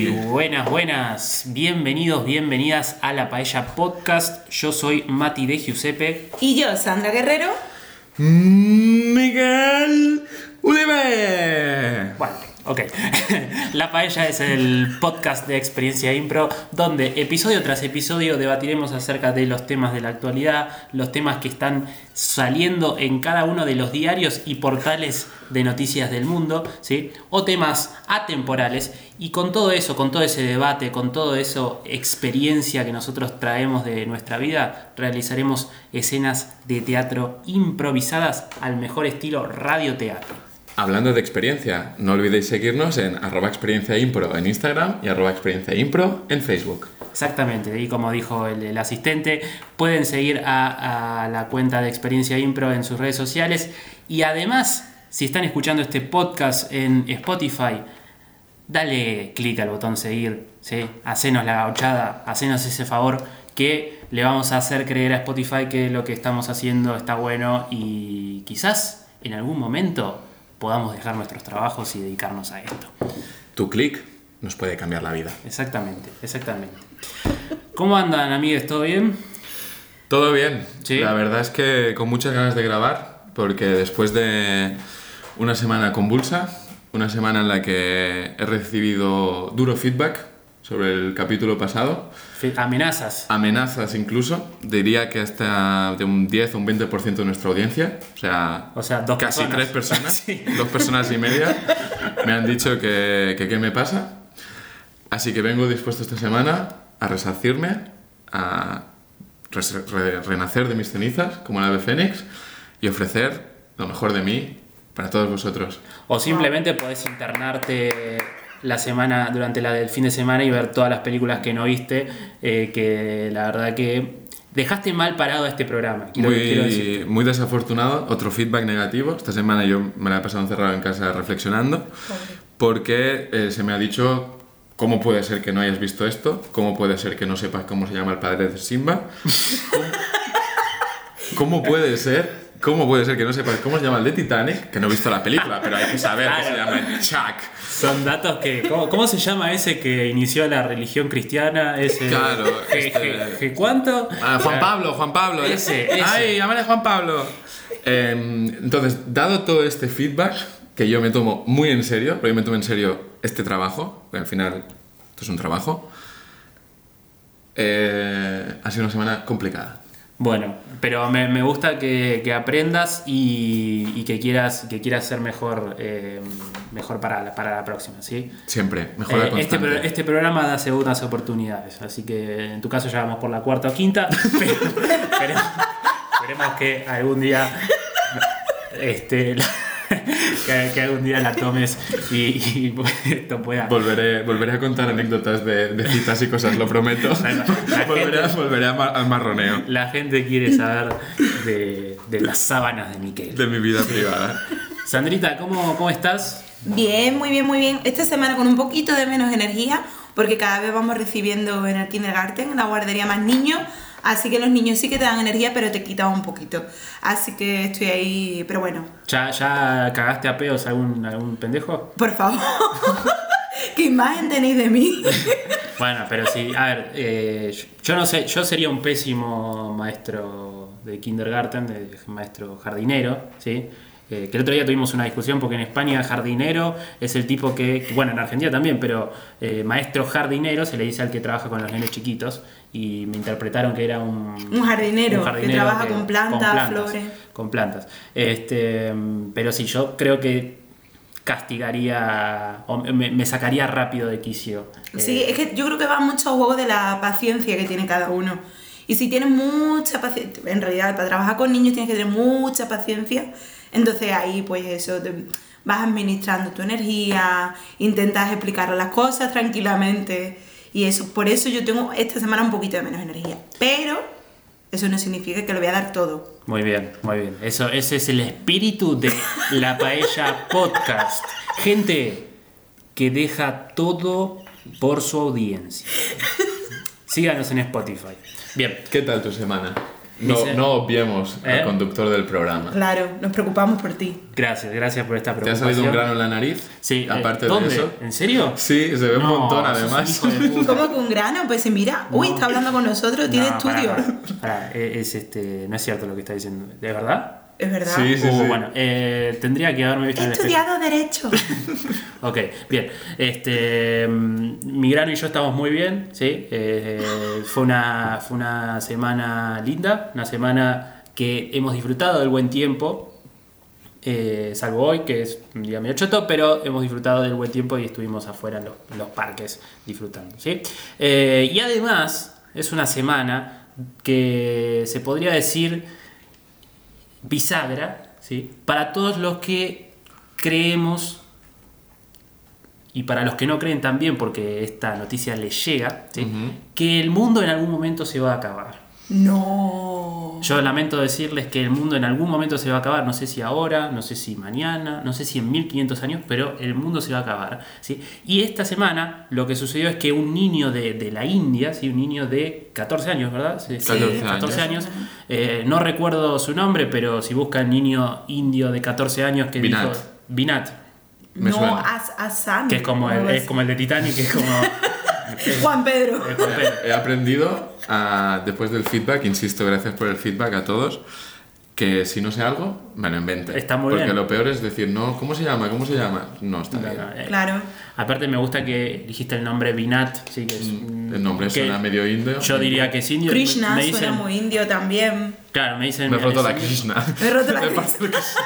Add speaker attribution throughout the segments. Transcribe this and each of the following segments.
Speaker 1: Buenas, buenas. Bienvenidos, bienvenidas a la Paella Podcast. Yo soy Mati de Giuseppe.
Speaker 2: Y yo, Sandra Guerrero.
Speaker 3: Miguel Uribe.
Speaker 1: Bueno, ok. la Paella es el podcast de Experiencia Impro, donde episodio tras episodio debatiremos acerca de los temas de la actualidad, los temas que están saliendo en cada uno de los diarios y portales de noticias del mundo, ¿sí? O temas atemporales. Y con todo eso, con todo ese debate, con todo eso experiencia que nosotros traemos de nuestra vida, realizaremos escenas de teatro improvisadas al mejor estilo radioteatro.
Speaker 3: Hablando de experiencia, no olvidéis seguirnos en arroba experiencia impro en Instagram y arroba experiencia impro en Facebook.
Speaker 1: Exactamente, y como dijo el, el asistente, pueden seguir a, a la cuenta de Experiencia Impro en sus redes sociales y además, si están escuchando este podcast en Spotify, dale clic al botón seguir, ¿sí? hacenos la gauchada, hacenos ese favor que le vamos a hacer creer a Spotify que lo que estamos haciendo está bueno y quizás en algún momento podamos dejar nuestros trabajos y dedicarnos a esto.
Speaker 3: Tu clic nos puede cambiar la vida.
Speaker 1: Exactamente, exactamente. ¿Cómo andan, amigos? ¿Todo bien?
Speaker 3: Todo bien.
Speaker 1: Sí.
Speaker 3: La verdad es que con muchas ganas de grabar, porque después de una semana convulsa, una semana en la que he recibido duro feedback sobre el capítulo pasado,
Speaker 1: Fe- Amenazas.
Speaker 3: amenazas incluso, diría que hasta de un 10 o un 20% de nuestra audiencia, o sea,
Speaker 1: O sea, dos
Speaker 3: casi
Speaker 1: personas.
Speaker 3: tres personas,
Speaker 1: Sí.
Speaker 3: dos personas y media, me han dicho que, que qué me pasa. Así que vengo dispuesto esta semana a resarcirme, a res- re- renacer de mis cenizas como el ave fénix y ofrecer lo mejor de mí para todos vosotros.
Speaker 1: O simplemente podés internarte la semana, durante la del fin de semana y ver todas las películas que no viste, eh, que la verdad que dejaste mal parado a este programa. Quiero, quiero decir.
Speaker 3: Muy, muy desafortunado, otro feedback negativo. Esta semana yo me la he pasado encerrado en casa reflexionando porque eh, se me ha dicho cómo puede ser que no hayas visto esto, cómo puede ser que no sepas cómo se llama el padre de Simba, cómo, cómo puede ser... ¿Cómo puede ser que no sepas cómo se llama el de Titanic? Que no he visto la película, pero hay que saber que se llama Chuck.
Speaker 1: Son datos que. ¿cómo, cómo se llama ese que inició la religión cristiana? Ese,
Speaker 3: Claro,
Speaker 1: Je-
Speaker 3: este-
Speaker 1: je- je- ¿Cuánto?
Speaker 3: Ah, Juan Pablo, Juan Pablo.
Speaker 1: Ese, ese.
Speaker 3: Ay, llámale Juan Pablo. Eh, entonces, dado todo este feedback, que yo me tomo muy en serio, porque yo me tomo en serio este trabajo, porque al final esto es un trabajo, eh, ha sido una semana complicada.
Speaker 1: Bueno, pero me, me gusta que, que aprendas y, y que quieras que quieras ser mejor eh, mejor para la, para la próxima, ¿sí?
Speaker 3: Siempre, mejora
Speaker 1: Eh, este,
Speaker 3: constante.
Speaker 1: pro- este programa da segundas oportunidades, así que en tu caso ya vamos por la cuarta o quinta, pero, pero- esperemos que algún día este, la- que, que algún día la tomes y, y esto pueda
Speaker 3: Volveré, volveré a contar anécdotas de, de citas y cosas, lo prometo.
Speaker 1: la
Speaker 3: volveré a-
Speaker 1: gente-
Speaker 3: volveré a ma- al marroneo
Speaker 1: la gente quiere saber de, de las sábanas de Miquel.
Speaker 3: de mi vida privada.
Speaker 1: Sandrita, ¿cómo, cómo estás?
Speaker 2: Bien, muy bien, muy bien. Esta semana con un poquito de menos energía, porque cada vez vamos recibiendo en el kindergarten, en la guardería más niños. Así que los niños sí que te dan energía, pero te quitan un poquito. Así que estoy ahí, pero bueno,
Speaker 1: ¿Ya, ya cagaste a pedos a algún, algún pendejo?
Speaker 2: por favor. ¿Qué imagen tenéis de mí?
Speaker 1: Bueno, pero sí, a ver, eh, yo- yo no sé, yo sería un pésimo maestro de kindergarten, de maestro jardinero, ¿sí? Eh, que el otro día tuvimos una discusión porque en España jardinero es el tipo que, que, bueno, en Argentina también, pero eh, maestro jardinero se le dice al que trabaja con los nenes chiquitos y me interpretaron que era un...
Speaker 2: Un jardinero, que trabaja con plantas, flores.
Speaker 1: Con plantas. Este, pero sí, yo creo que castigaría o me, me sacaría rápido de quicio. eh,
Speaker 2: Sí, es que yo creo que va mucho a juego de la paciencia que tiene cada uno. Y si tienes mucha paciencia, en realidad para trabajar con niños tienes que tener mucha paciencia, entonces ahí pues eso, te- vas administrando tu energía, intentas explicar las cosas tranquilamente y eso, por eso yo tengo esta semana un poquito de menos energía, pero eso no significa que lo voy a dar todo.
Speaker 1: Muy bien, muy bien. Eso, ese es el espíritu de la Paella Podcast. Gente que deja todo por su audiencia. Síganos en Spotify. Bien,
Speaker 3: ¿Qué tal tu semana? No,
Speaker 1: Dice-
Speaker 3: no obviemos
Speaker 1: ¿Eh?
Speaker 3: al conductor del programa.
Speaker 2: Claro, nos preocupamos por ti.
Speaker 1: Gracias, gracias por esta
Speaker 3: ¿Te ha
Speaker 1: preocupación.
Speaker 3: salido un grano en la nariz?
Speaker 1: Sí, eh,
Speaker 3: Aparte
Speaker 1: ¿dónde?
Speaker 3: de eso.
Speaker 1: ¿En serio?
Speaker 3: Sí, se ve un
Speaker 1: No,
Speaker 3: montón
Speaker 1: sos un
Speaker 3: además.
Speaker 1: hijo de puta.
Speaker 2: ¿Cómo que un grano? Pues mira, uy, está hablando con nosotros, tiene
Speaker 1: No, pará,
Speaker 2: estudio.
Speaker 1: pará, pará, e- Es, este, no es cierto lo que está diciendo. ¿De verdad?
Speaker 2: Es verdad.
Speaker 3: Sí, sí,
Speaker 1: Uh,
Speaker 3: sí.
Speaker 1: Bueno, eh, tendría que haberme visto
Speaker 2: He
Speaker 1: en el espejo.
Speaker 2: estudiado derecho.
Speaker 1: Ok, bien. Este, mm, Migrano y yo estamos muy bien, ¿sí? Eh, fue, una, fue una semana linda, una semana que hemos disfrutado del buen tiempo, eh, salvo hoy, que es un día medio choto, pero hemos disfrutado del buen tiempo y estuvimos afuera en los, en los parques disfrutando, ¿sí? Eh, y además, es una semana que se podría decir bisagra, ¿sí? Para todos los que creemos y para los que no creen también, porque esta noticia les llega, ¿sí? que el mundo en algún momento se va a acabar.
Speaker 2: No.
Speaker 1: Yo lamento decirles que el mundo en algún momento se va a acabar, no sé si ahora, no sé si mañana, no sé si en 1500 años, pero el mundo se va a acabar. ¿sí? Y esta semana lo que sucedió es que un niño de, de la India, ¿sí? un niño de 14 años, ¿verdad? Sí, sí,
Speaker 3: 14 años.
Speaker 1: 14 años. Eh, no recuerdo su nombre, pero si buscan niño indio de 14 años que
Speaker 3: Binat.
Speaker 1: dijo... Binat.
Speaker 3: Me
Speaker 2: no,
Speaker 3: suena.
Speaker 2: as- Asami.
Speaker 1: Que es como el,
Speaker 2: Algo
Speaker 1: es
Speaker 2: así.
Speaker 1: como el de Titanic, que es como...
Speaker 2: Juan Pedro.
Speaker 1: el papel.
Speaker 3: He aprendido, a- después del feedback, insisto, gracias por el feedback a todos, que si no sé algo, me lo invente.
Speaker 1: Está muy
Speaker 3: Porque
Speaker 1: bien.
Speaker 3: lo peor es decir, no, ¿cómo se llama? ¿Cómo se llama? No, está bien.
Speaker 1: No, no, eh,
Speaker 2: Claro.
Speaker 1: Aparte me gusta que dijiste el nombre Binat, sí que es
Speaker 3: Mm.
Speaker 1: un-
Speaker 3: El nombre
Speaker 1: que
Speaker 3: suena medio indio.
Speaker 1: Yo diría que es indio.
Speaker 2: Krishna
Speaker 1: me dicen,
Speaker 2: suena muy indio también.
Speaker 1: Claro, me dicen
Speaker 3: Me he roto la
Speaker 1: es-
Speaker 3: Krishna.
Speaker 2: Me he roto la
Speaker 3: De parte de Krishna.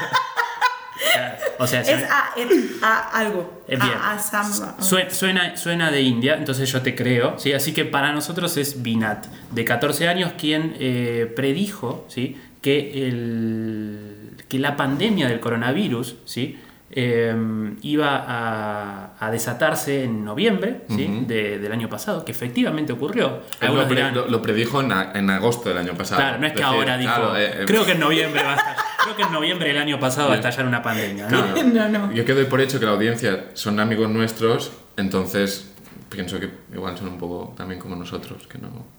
Speaker 1: claro, O sea,
Speaker 2: Es
Speaker 1: suena,
Speaker 2: a, es a algo.
Speaker 1: es bien.
Speaker 2: A, Asam.
Speaker 1: Sue- suena, suena de India, entonces yo te creo, ¿sí? Así que para nosotros es Binat, de 14 años, quien eh, predijo, ¿sí? Que, el, que la pandemia del coronavirus, ¿sí? Eh, iba a, a desatarse en noviembre ¿sí? de- del año pasado, que efectivamente ocurrió. Algunos
Speaker 3: Lo, pre-
Speaker 1: dirán,
Speaker 3: lo- lo predijo en, a- en agosto del año pasado.
Speaker 1: Claro, no es que
Speaker 3: Decir,
Speaker 1: ahora dijo.
Speaker 3: claro, eh, eh,
Speaker 1: creo que en noviembre va a estallar. creo que en noviembre del año pasado va a estallar una pandemia, ¿no?
Speaker 3: claro.
Speaker 2: No, no.
Speaker 3: Yo que doy por hecho que la audiencia son amigos nuestros, entonces pienso que igual son un poco también como nosotros, que no...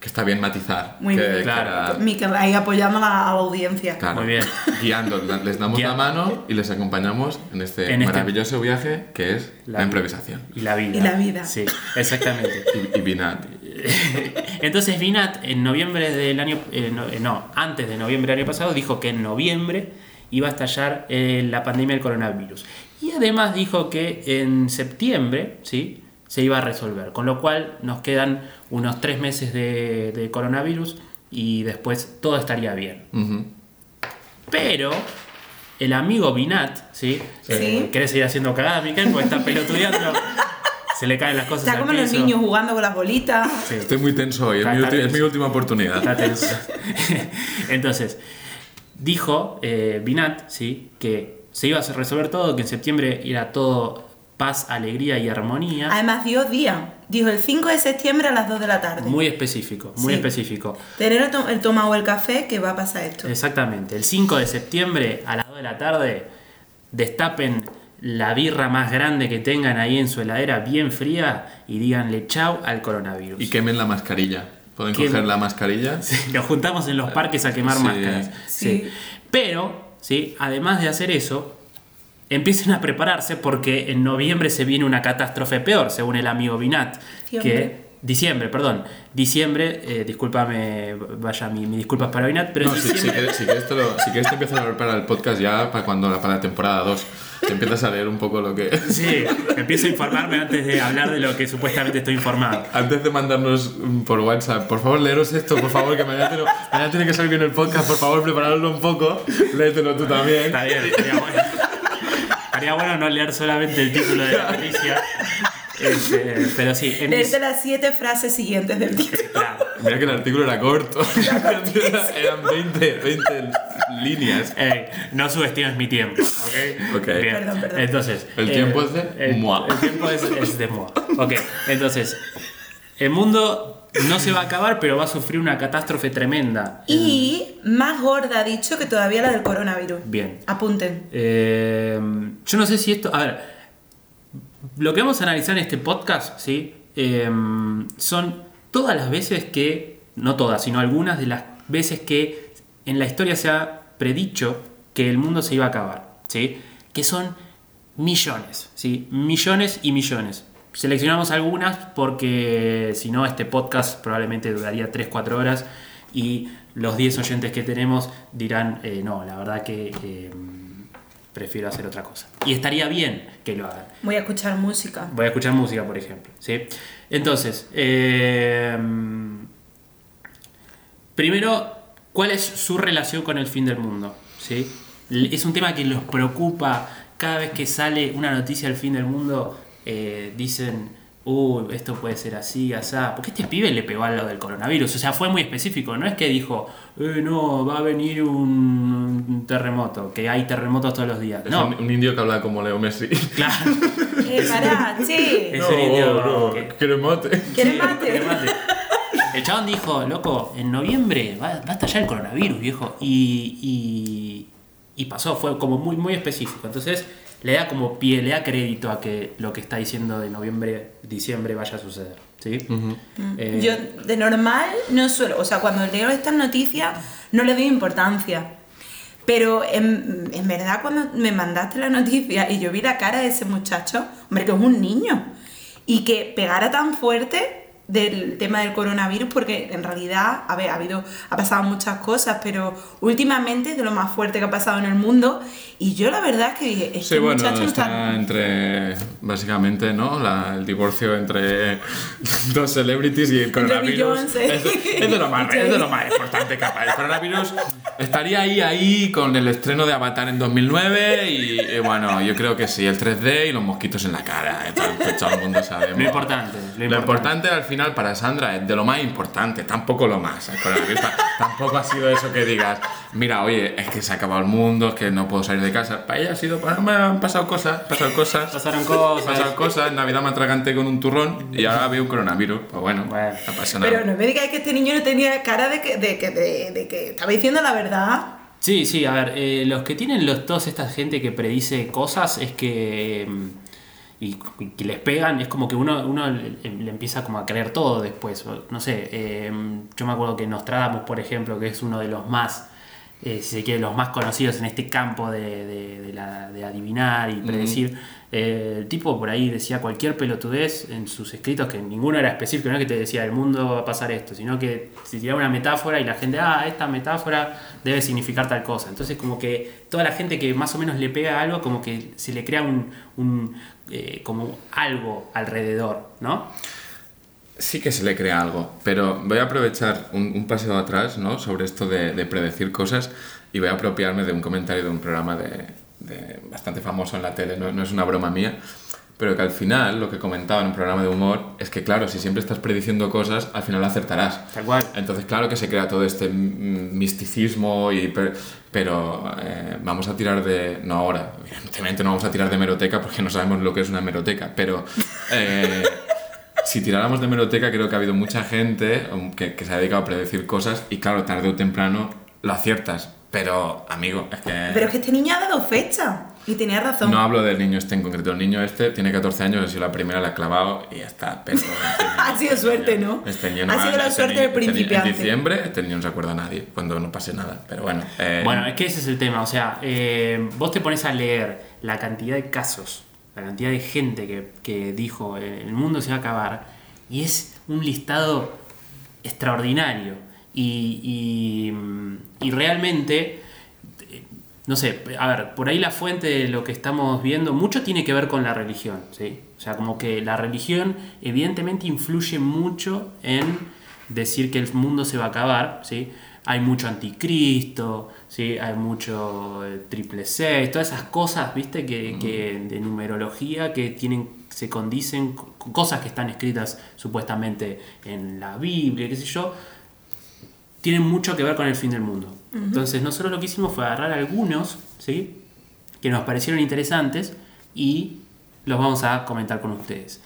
Speaker 3: Que está bien matizar.
Speaker 2: Muy
Speaker 3: que-
Speaker 2: bien.
Speaker 3: que
Speaker 1: Claro.
Speaker 3: era-
Speaker 2: Miquel, ahí apoyamos a la, a la audiencia.
Speaker 3: Claro,
Speaker 1: Muy bien.
Speaker 3: Guiando, la- les damos
Speaker 1: Guia-
Speaker 3: la mano y les acompañamos en este
Speaker 1: En este-
Speaker 3: maravilloso viaje que es la,
Speaker 1: vida.
Speaker 3: improvisación.
Speaker 1: Y la vida.
Speaker 2: Y la vida.
Speaker 1: Sí, exactamente.
Speaker 3: Y, y Binat.
Speaker 1: Entonces Vinat en noviembre del año eh, no, eh, no, antes de noviembre del año pasado dijo que en noviembre iba a estallar eh, la pandemia del coronavirus. Y además dijo que en septiembre, ¿sí? se iba a resolver, con lo cual nos quedan unos tres meses de, de coronavirus y después todo estaría bien.
Speaker 3: Ujú.
Speaker 1: Pero el amigo Binat, ¿sí?
Speaker 2: Sí.
Speaker 1: Eh, ¿Querés seguir haciendo cagada, Miquel? Porque está pelotudeando. Se le caen las cosas
Speaker 2: Está
Speaker 1: al
Speaker 2: como los
Speaker 1: piso.
Speaker 2: niños jugando con las bolitas.
Speaker 1: Sí.
Speaker 3: Estoy muy tenso hoy, es mi,
Speaker 1: Está
Speaker 3: ulti- es
Speaker 1: tenso.
Speaker 3: mi última oportunidad.
Speaker 1: Está tenso. Entonces, dijo eh, Binat, ¿sí? Que se iba a resolver todo, que en septiembre era todo paz, alegría y armonía.
Speaker 2: Además, dio día. Dijo el 5 de septiembre a las 2 de la tarde.
Speaker 1: Muy específico, muy
Speaker 2: Sí.
Speaker 1: específico.
Speaker 2: Tener el, to- el tomado el café que va a pasar esto.
Speaker 1: Exactamente. El 5 de septiembre a las 2 de la tarde destapen la birra más grande que tengan ahí en su heladera bien fría y díganle chau al coronavirus.
Speaker 3: Y quemen la mascarilla. Pueden
Speaker 1: Quemen.
Speaker 3: coger la mascarilla.
Speaker 1: Nos juntamos en los parques a quemar
Speaker 3: Sí.
Speaker 1: máscaras.
Speaker 2: Sí.
Speaker 1: Pero, ¿sí? además de hacer eso, empiecen a prepararse porque en noviembre se viene una catástrofe peor, según el amigo Binat.
Speaker 2: Diciembre.
Speaker 1: Que, diciembre, perdón. Diciembre, eh, discúlpame, vaya mi, mi disculpas para Binat, pero
Speaker 3: No,
Speaker 1: en
Speaker 3: si,
Speaker 1: diciembre-
Speaker 3: si quieres, si quieres te lo- si quieres te empiezo a hablar para el podcast ya, para cuando para la temporada 2. Te empiezas a leer un poco lo que...
Speaker 1: Sí, empiezo a informarme antes de hablar de lo que supuestamente estoy informado.
Speaker 3: Antes de mandarnos mm, por WhatsApp, por favor, leeros esto, por favor, que mañana, te lo- mañana tiene que salir bien el podcast, por favor, prepararlo un poco. Léetelo tú también.
Speaker 1: Está bien, estaría bueno. Estaría bueno no leer solamente el título de la noticia. Este, pero sí, en
Speaker 2: Leerte
Speaker 1: dic-
Speaker 2: las 7 frases siguientes del título.
Speaker 1: claro.
Speaker 3: Mira que el artículo era corto. Eran 20, 20 líneas.
Speaker 1: Ey, Eh, no subestimes mi tiempo, ¿ok?
Speaker 3: Ok.
Speaker 1: Bien,
Speaker 2: Perdón, perdón.
Speaker 1: Entonces, eh,
Speaker 3: El tiempo es de
Speaker 1: el-
Speaker 3: moi.
Speaker 1: El tiempo es, es de moi. Ok, entonces, el mundo no se va a acabar, pero va a sufrir una catástrofe tremenda.
Speaker 2: Y más gorda ha dicho que todavía la del coronavirus.
Speaker 1: Em. Bien.
Speaker 2: Apunten.
Speaker 1: Eh, yo no sé si esto. A ver. Lo que vamos a analizar en este podcast, Em, ¿sí? Eh, son todas las veces que. No todas, sino algunas de las veces que en la historia se ha predicho que el mundo se iba a acabar, ¿sí? Que son millones, ¿sí? Millones y millones. Seleccionamos algunas porque si no este podcast probablemente duraría 3-4 horas y los 10 oyentes que tenemos dirán, eh, no, la verdad que eh, prefiero hacer otra cosa. Y estaría bien que lo hagan.
Speaker 2: Voy a escuchar música.
Speaker 1: Voy a escuchar música, por ejemplo. ¿sí? Entonces, eh, primero, ¿cuál es su relación con el fin del mundo? ¿Sí? Es un tema que los preocupa. Cada vez que sale una noticia del fin del mundo, eh, dicen, uy, esto puede ser así, asá. Porque este pibe le pegó al lado del coronavirus. O sea, fue muy específico. No es que dijo, eh, no, va a venir un, un terremoto, que hay terremotos todos los días.
Speaker 3: Es
Speaker 1: No,
Speaker 3: un, un indio que habla como Leo Messi.
Speaker 1: claro.
Speaker 2: Eh, pará, sí.
Speaker 1: Es un indio
Speaker 3: no,
Speaker 1: que-
Speaker 3: que le mate.
Speaker 2: ¿Quieres
Speaker 1: Que
Speaker 2: mate?
Speaker 1: mate. El chabón dijo, loco, en noviembre va, va a estallar el coronavirus, viejo. Y, y, y pasó, fue como muy, muy específico. Entonces le da como pie, le da crédito a que lo que está diciendo de noviembre, diciembre vaya a suceder. ¿sí? Eh,
Speaker 2: Yo de normal no suelo, o sea, cuando leo estas noticias no le doy importancia. Pero en, en verdad cuando me mandaste la noticia y yo vi la cara de ese muchacho, hombre, que es un niño, y que pegara tan fuerte del tema del coronavirus, porque en realidad, a ver, ha, habido, ha pasado muchas cosas, pero últimamente es de lo más fuerte que ha pasado en el mundo, y yo la verdad es que dije, este
Speaker 3: Sí, bueno,
Speaker 2: muchacho
Speaker 3: está entre, básicamente, ¿no? La- el divorcio entre dos celebrities y el coronavirus.
Speaker 2: Beyoncé.
Speaker 3: Es, es de lo más, es de lo más importante que ha pasado. El coronavirus estaría ahí, ahí, con el estreno de Avatar en 2009 y, y bueno, yo creo que sí, el 3D y los mosquitos en la cara. eh, tal, que todo el mundo sabe.
Speaker 1: lo importante. Lo
Speaker 3: Lo
Speaker 1: importante.
Speaker 3: importante al final para Sandra es de lo más importante, tampoco lo más. el coronavirus. Ta- tampoco ha sido eso que digas, mira, oye, es que se ha acabado el mundo, es que no puedo salir de casa. Para ella ha sido, para me han pasado cosas, pasado cosas,
Speaker 1: Pasaron cosas.
Speaker 3: pasado cosas, en Navidad me atraganté con un turrón y ahora veo un coronavirus. Pues bueno,
Speaker 1: Bueno.
Speaker 3: no pasa nada.
Speaker 2: Pero no me digáis que este niño no tenía cara de que, de, que, de, de que estaba diciendo la verdad.
Speaker 1: Sí, sí, a ver, eh, los que tienen los todos esta gente que predice cosas es que mm, y, y que les pegan, es como que uno, uno le, le empieza como a creer todo después. o- No sé, eh, yo me acuerdo que Nostradamus, por ejemplo, que es uno de los más, eh, si se quiere, los más conocidos en este campo de, de- de la- de adivinar y predecir. eh, el tipo por ahí decía cualquier pelotudez en sus escritos, que ninguno era específico, no es que te decía el mundo va a pasar esto, sino que se tiraba una metáfora y la gente, ah, esta metáfora debe significar tal cosa. Entonces como que toda la gente que más o menos le pega a algo, como que se le crea un, un, eh, como algo alrededor, ¿no?
Speaker 3: sí que se le crea algo, pero voy a aprovechar un, un paseo atrás ¿no? sobre esto de, de predecir cosas y voy a apropiarme de un comentario de un programa de, de- bastante famoso en la tele, no, no es una broma mía, pero que al final lo que comentaba en un programa de humor es que claro, si siempre estás prediciendo cosas, al final acertarás.
Speaker 1: Tal cual.
Speaker 3: Entonces, claro que se crea todo este mm, misticismo, y, per- pero eh, vamos a tirar de. No ahora, evidentemente no vamos a tirar de meroteca porque no sabemos lo que es una meroteca, pero. eh, si tiráramos de meroteca, creo que ha habido mucha gente um, que, que se ha dedicado a predecir cosas y, claro, tarde o temprano lo aciertas. Pero, amigo, es que.
Speaker 2: Pero es que este niño ha dado fecha y tenía razón.
Speaker 3: Eh. No hablo del niño este en concreto, el niño este tiene 14 años, ha sido la primera, la ha clavado y ya está. Pero
Speaker 2: Ha sido suerte, ¿no?
Speaker 3: Este niño no
Speaker 2: Ha
Speaker 3: va-
Speaker 2: sido la
Speaker 3: este
Speaker 2: suerte
Speaker 3: niño-
Speaker 2: del
Speaker 3: este niño-
Speaker 2: principiante.
Speaker 3: En diciembre este niño no se acuerda a nadie, cuando no pase nada. Pero bueno, eh,
Speaker 1: Bueno, es que ese es el tema, o sea, eh, vos te pones a leer la cantidad de casos, la cantidad de gente que, que dijo eh, el mundo se va a acabar, y es un listado extraordinario. Y, y- y realmente, eh, no sé, a ver, por ahí la fuente de lo que estamos viendo, mucho tiene que ver con la religión, ¿sí? O sea, como que la religión evidentemente influye mucho en decir que el mundo se va a acabar, ¿sí? Hay mucho anticristo, ¿sí? Hay mucho eh, triple seis, todas esas cosas, ¿viste? Que, que de numerología que tienen, se condicen con cosas que están escritas supuestamente en la Biblia, qué sé yo, tienen mucho que ver con el fin del mundo. Entonces, nosotros lo que hicimos fue agarrar algunos, ¿sí? Que nos parecieron interesantes y los vamos a comentar con ustedes.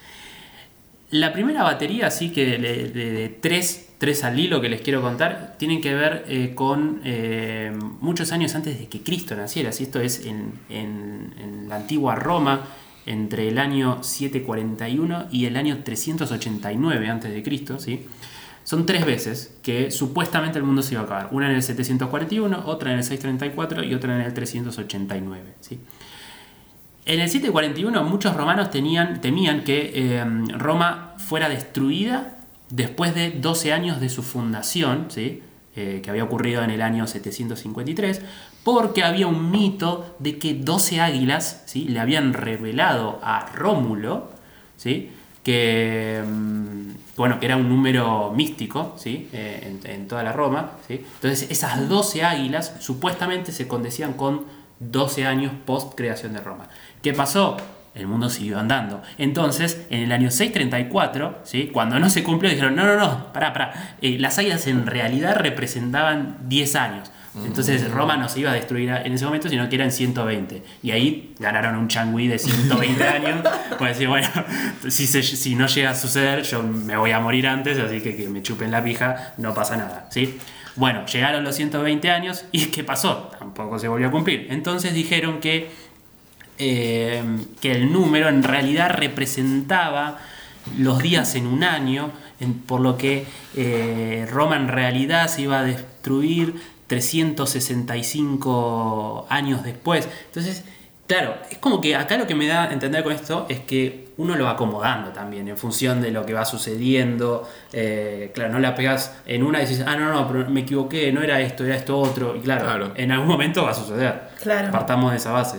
Speaker 1: La primera batería, así que le- de, de tres, tres al hilo que les quiero contar, tienen que ver eh, con eh, muchos años antes de que Cristo naciera. Si esto es en, en- en la antigua Roma, entre el año 741 y el año 389 antes de Cristo, ¿sí? Son tres veces que supuestamente el mundo se iba a acabar. Una en el 741, otra en el 634 y otra en el 389. ¿sí? En el 741 muchos romanos tenían, temían que eh, Roma fuera destruida después de 12 años de su fundación, ¿sí? Eh, que había ocurrido en el año 753, porque había un mito de que 12 águilas ¿sí? le habían revelado a Rómulo, ¿sí? que, mm, bueno, que era un número místico ¿sí? Eh, en, en toda la Roma. ¿sí? Entonces esas 12 águilas supuestamente se condecían con 12 años post creación de Roma. ¿Qué pasó? El mundo siguió andando. Entonces, en el año 634, ¿sí? cuando no se cumplió, dijeron, no, no, no, pará, pará. Eh, las águilas en realidad representaban 10 años. Mm. Entonces Roma no se iba a destruir a- en ese momento, sino que eran 120. Y ahí ganaron un changui de 120 años. Pues decir, bueno, si, se- si no llega a suceder, yo me voy a morir antes, así que que me chupen la pija, no pasa nada. ¿sí? Bueno, llegaron los 120 años y ¿qué pasó? Tampoco se volvió a cumplir. Entonces dijeron que eh, que el número en realidad representaba los días en un año, en- por lo que eh, Roma en realidad se iba a destruir 365 años después. Entonces, claro, es como que acá lo que me da a entender con esto es que uno lo va acomodando también en función de lo que va sucediendo. Eh, claro, no la pegas en una y dices, ah, no, no, pero me equivoqué, no era esto, era esto otro. Y claro,
Speaker 3: Claro.
Speaker 1: en algún momento va a suceder.
Speaker 2: Claro.
Speaker 1: Partamos de esa base.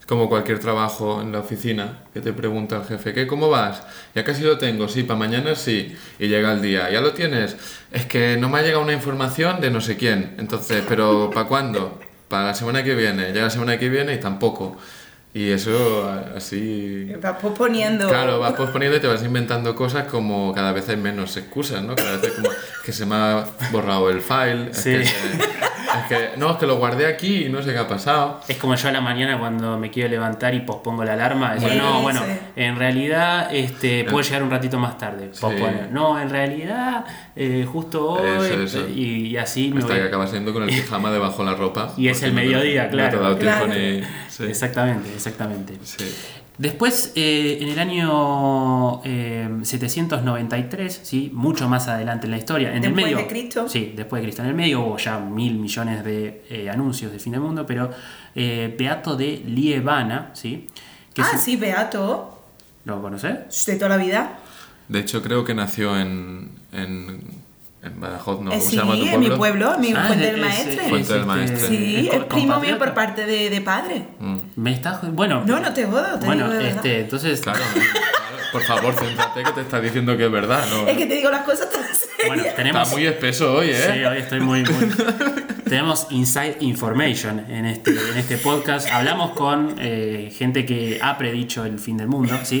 Speaker 3: Es como cualquier trabajo en la oficina que te pregunta el jefe, ¿qué? ¿Cómo vas? Ya casi lo tengo, sí, para mañana sí. Y llega el día, ¿ya lo tienes? Es que no me ha llegado una información de no sé quién. Entonces, ¿pero para cuándo? Para la semana que viene. Ya la semana que viene y tampoco. Y eso a- así...
Speaker 2: Vas posponiendo. Ah,
Speaker 3: Claro, vas posponiendo y te vas inventando cosas como cada vez hay menos excusas, ¿no? Cada vez hay como que se me ha borrado el file. es que
Speaker 1: Sí.
Speaker 3: se- es que, no, es que lo guardé aquí y no sé qué ha pasado.
Speaker 1: Es como yo a la mañana cuando me quiero levantar y pospongo la alarma. Digo,
Speaker 2: Sí,
Speaker 1: no, bueno,
Speaker 2: sí.
Speaker 1: en realidad este, puedo llegar un ratito más tarde. Posponer. No, en realidad eh, justo hoy.
Speaker 3: Eso, eso.
Speaker 1: Y, y así me
Speaker 3: Hasta
Speaker 1: voy.
Speaker 3: que acabas siendo con el pijama debajo de la ropa.
Speaker 1: Y es el
Speaker 3: porque no te-
Speaker 1: mediodía, claro.
Speaker 3: No te ha dado tiempo
Speaker 2: Claro.
Speaker 3: ni. Sí.
Speaker 1: Exactamente, exactamente.
Speaker 3: sí.
Speaker 1: Después, eh, en el año eh, 793, ¿sí? mucho más adelante en la historia, en
Speaker 2: Después
Speaker 1: el medio.
Speaker 2: de Cristo.
Speaker 1: Sí, después de Cristo. En el medio hubo ya mil millones de eh, anuncios de fin del mundo, pero eh, Beato de Liebana, ¿sí? Que
Speaker 2: Ah,
Speaker 1: se-
Speaker 2: sí, Beato.
Speaker 1: ¿Lo conoces?
Speaker 2: De toda la vida.
Speaker 3: De hecho, creo que nació en. en, en Badajoz, ¿no?
Speaker 2: Eh,
Speaker 3: ¿Cómo
Speaker 2: sí,
Speaker 3: se llama tu eh,
Speaker 2: en mi pueblo, mi
Speaker 1: Ah,
Speaker 2: fuente
Speaker 1: es-
Speaker 2: del
Speaker 1: es-
Speaker 2: maestre.
Speaker 1: es-
Speaker 3: Fuente del
Speaker 1: este,
Speaker 3: Maestre.
Speaker 2: sí, es
Speaker 1: co-
Speaker 2: primo mío
Speaker 1: compatriota.
Speaker 2: por parte de, de padre.
Speaker 3: Mm,
Speaker 1: Me estás. jod- Bueno.
Speaker 2: No, no te jodo, te
Speaker 1: Bueno,
Speaker 2: digo de
Speaker 1: este, entonces.
Speaker 3: Claro, no, claro. Por favor, céntrate que te está diciendo que es verdad, ¿no?
Speaker 2: verdad. Es que te digo las cosas tan serias.
Speaker 1: Bueno,
Speaker 3: Está
Speaker 1: tenemos.
Speaker 3: muy espeso hoy, ¿eh?
Speaker 1: Sí, hoy estoy muy, muy- Tenemos inside information en este, en este podcast. Hablamos con eh, gente que ha predicho el fin del mundo, ¿sí?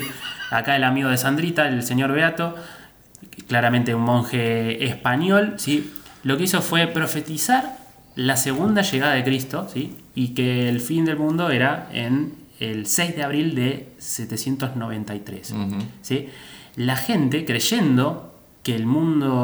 Speaker 1: Acá el amigo de Sandrita, el señor Beato, claramente un monje español, ¿sí? Lo que hizo fue profetizar la segunda llegada de Cristo, ¿sí? Y que el fin del mundo era en el 6 de abril de 793.
Speaker 3: Ujú.
Speaker 1: ¿sí? La gente, creyendo que el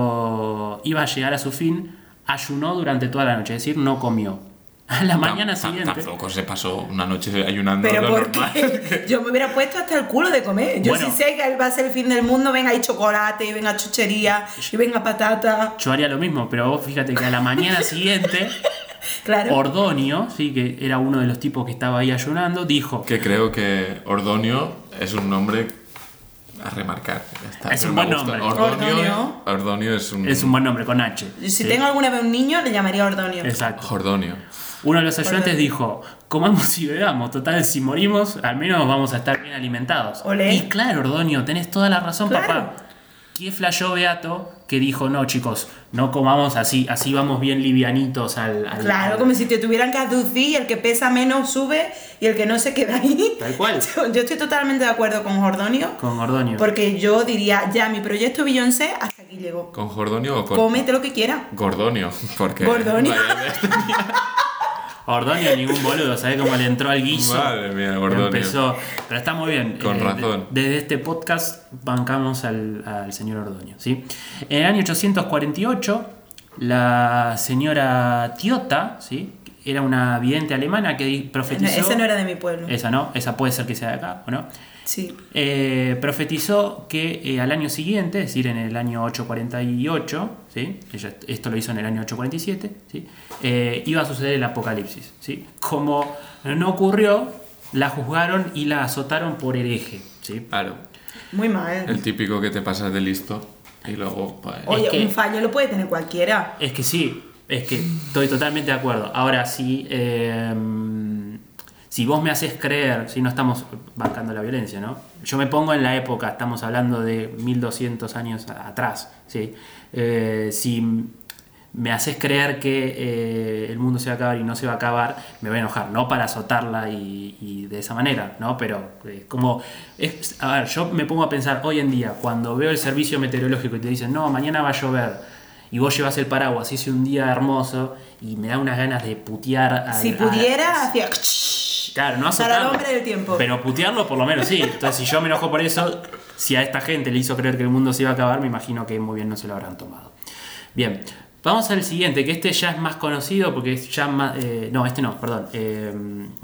Speaker 1: mundo iba a llegar a su fin, ayunó durante toda la noche, es decir, no comió. A la mañana
Speaker 3: Tam- tam-
Speaker 1: siguiente.
Speaker 3: Tampoco se pasó una noche ayunando
Speaker 2: Pero
Speaker 3: lo
Speaker 2: ¿por
Speaker 3: normal.
Speaker 2: qué? Yo me hubiera puesto hasta el culo de comer. Yo
Speaker 1: Bueno.
Speaker 2: sí sé que va a ser el fin del mundo, venga hay chocolate, y venga chuchería, y venga patata.
Speaker 1: Yo haría lo mismo, pero vos fíjate que a la mañana siguiente,
Speaker 2: Claro.
Speaker 1: Ordonio, ¿sí? que era uno de los tipos que estaba ahí ayunando, dijo.
Speaker 3: Que creo que Ordonio es un nombre a remarcar. ya está,
Speaker 1: Es
Speaker 3: pero
Speaker 1: un
Speaker 3: me
Speaker 1: buen
Speaker 3: gusta.
Speaker 1: nombre.
Speaker 3: Ordonio,
Speaker 2: Ordonio.
Speaker 3: Ordonio es un.
Speaker 1: Es un buen nombre, con H.
Speaker 2: si
Speaker 1: Sí,
Speaker 2: tengo alguna vez un niño, le llamaría Ordonio.
Speaker 1: Exacto.
Speaker 3: Jordonio.
Speaker 1: Uno de los ayunantes
Speaker 2: Ordonio.
Speaker 1: dijo, comamos y bebamos, total, si morimos, al menos vamos a estar bien alimentados.
Speaker 2: Olé.
Speaker 1: Y claro, Ordonio, tenés toda la razón,
Speaker 2: Claro.
Speaker 1: papá. ¿Qué flayó Beato que dijo, no, chicos, no comamos así, así vamos bien livianitos al... al-
Speaker 2: Claro,
Speaker 1: al-".
Speaker 2: como si te tuvieran que aducir, el que pesa menos sube y el que no se queda ahí.
Speaker 1: Tal cual.
Speaker 2: Yo, yo estoy totalmente de acuerdo con Ordonio,
Speaker 1: Con Ordonio.
Speaker 2: porque yo diría, ya, mi proyecto Beyoncé hasta aquí llegó.
Speaker 3: ¿Con Jordonio o con.?
Speaker 2: Cómete lo que quieras.
Speaker 3: Gordonio, porque.
Speaker 2: Gordonio.
Speaker 1: Ordonio ningún boludo, ¿sabés cómo le entró al guiso?
Speaker 3: Madre mía, Gordonio.
Speaker 1: Empezó. Pero está muy bien. eh,
Speaker 3: Con razón.
Speaker 1: de- Desde este podcast bancamos al, al señor Ordoño. ¿sí? En el año 848, la señora Tiota, ¿sí? era una vidente alemana que di- profetizó.
Speaker 2: Ese no era de mi pueblo.
Speaker 1: Esa no, esa puede ser que sea de acá, ¿o no?
Speaker 2: Sí.
Speaker 1: Eh, profetizó que eh, al año siguiente, es decir, en el año 848, ¿sí? Ella- esto lo hizo en el año 847, ¿sí? Eh, iba a suceder el apocalipsis. ¿sí? Como no ocurrió, la juzgaron y la azotaron por hereje. ¿sí?
Speaker 3: Claro.
Speaker 2: Muy mal.
Speaker 3: El típico que te pasas de listo y luego, pues,
Speaker 1: Oh.
Speaker 2: Oye,
Speaker 1: Es que-
Speaker 2: un fallo lo puede tener cualquiera.
Speaker 1: Es que sí, es que estoy totalmente de acuerdo. Ahora sí, eh, si vos me haces creer, si no estamos bancando la violencia, ¿no? Yo me pongo en la época, estamos hablando de 1200 años a- atrás, ¿sí? Eh, si me haces creer que eh, el mundo se va a acabar y no se va a acabar, me voy a enojar, no para azotarla y, y de esa manera, ¿no? Pero es como, es, a ver, yo me pongo a pensar hoy en día, cuando veo el servicio meteorológico y te dicen, no, mañana va a llover, y vos llevas el paraguas, hice un día hermoso y me da unas ganas de putear a,
Speaker 2: Si
Speaker 1: a-
Speaker 2: pudiera, hacía.
Speaker 1: Claro, no
Speaker 2: Para el
Speaker 1: azotarlo.
Speaker 2: hombre del tiempo.
Speaker 1: Pero putearlo por lo menos sí. Entonces, si yo me enojo por eso, si a esta gente le hizo creer que el mundo se iba a acabar, me imagino que muy bien no se lo habrán tomado. Bien, vamos al siguiente, que este ya es más conocido porque es ya más. eh, no, este no, perdón. eh,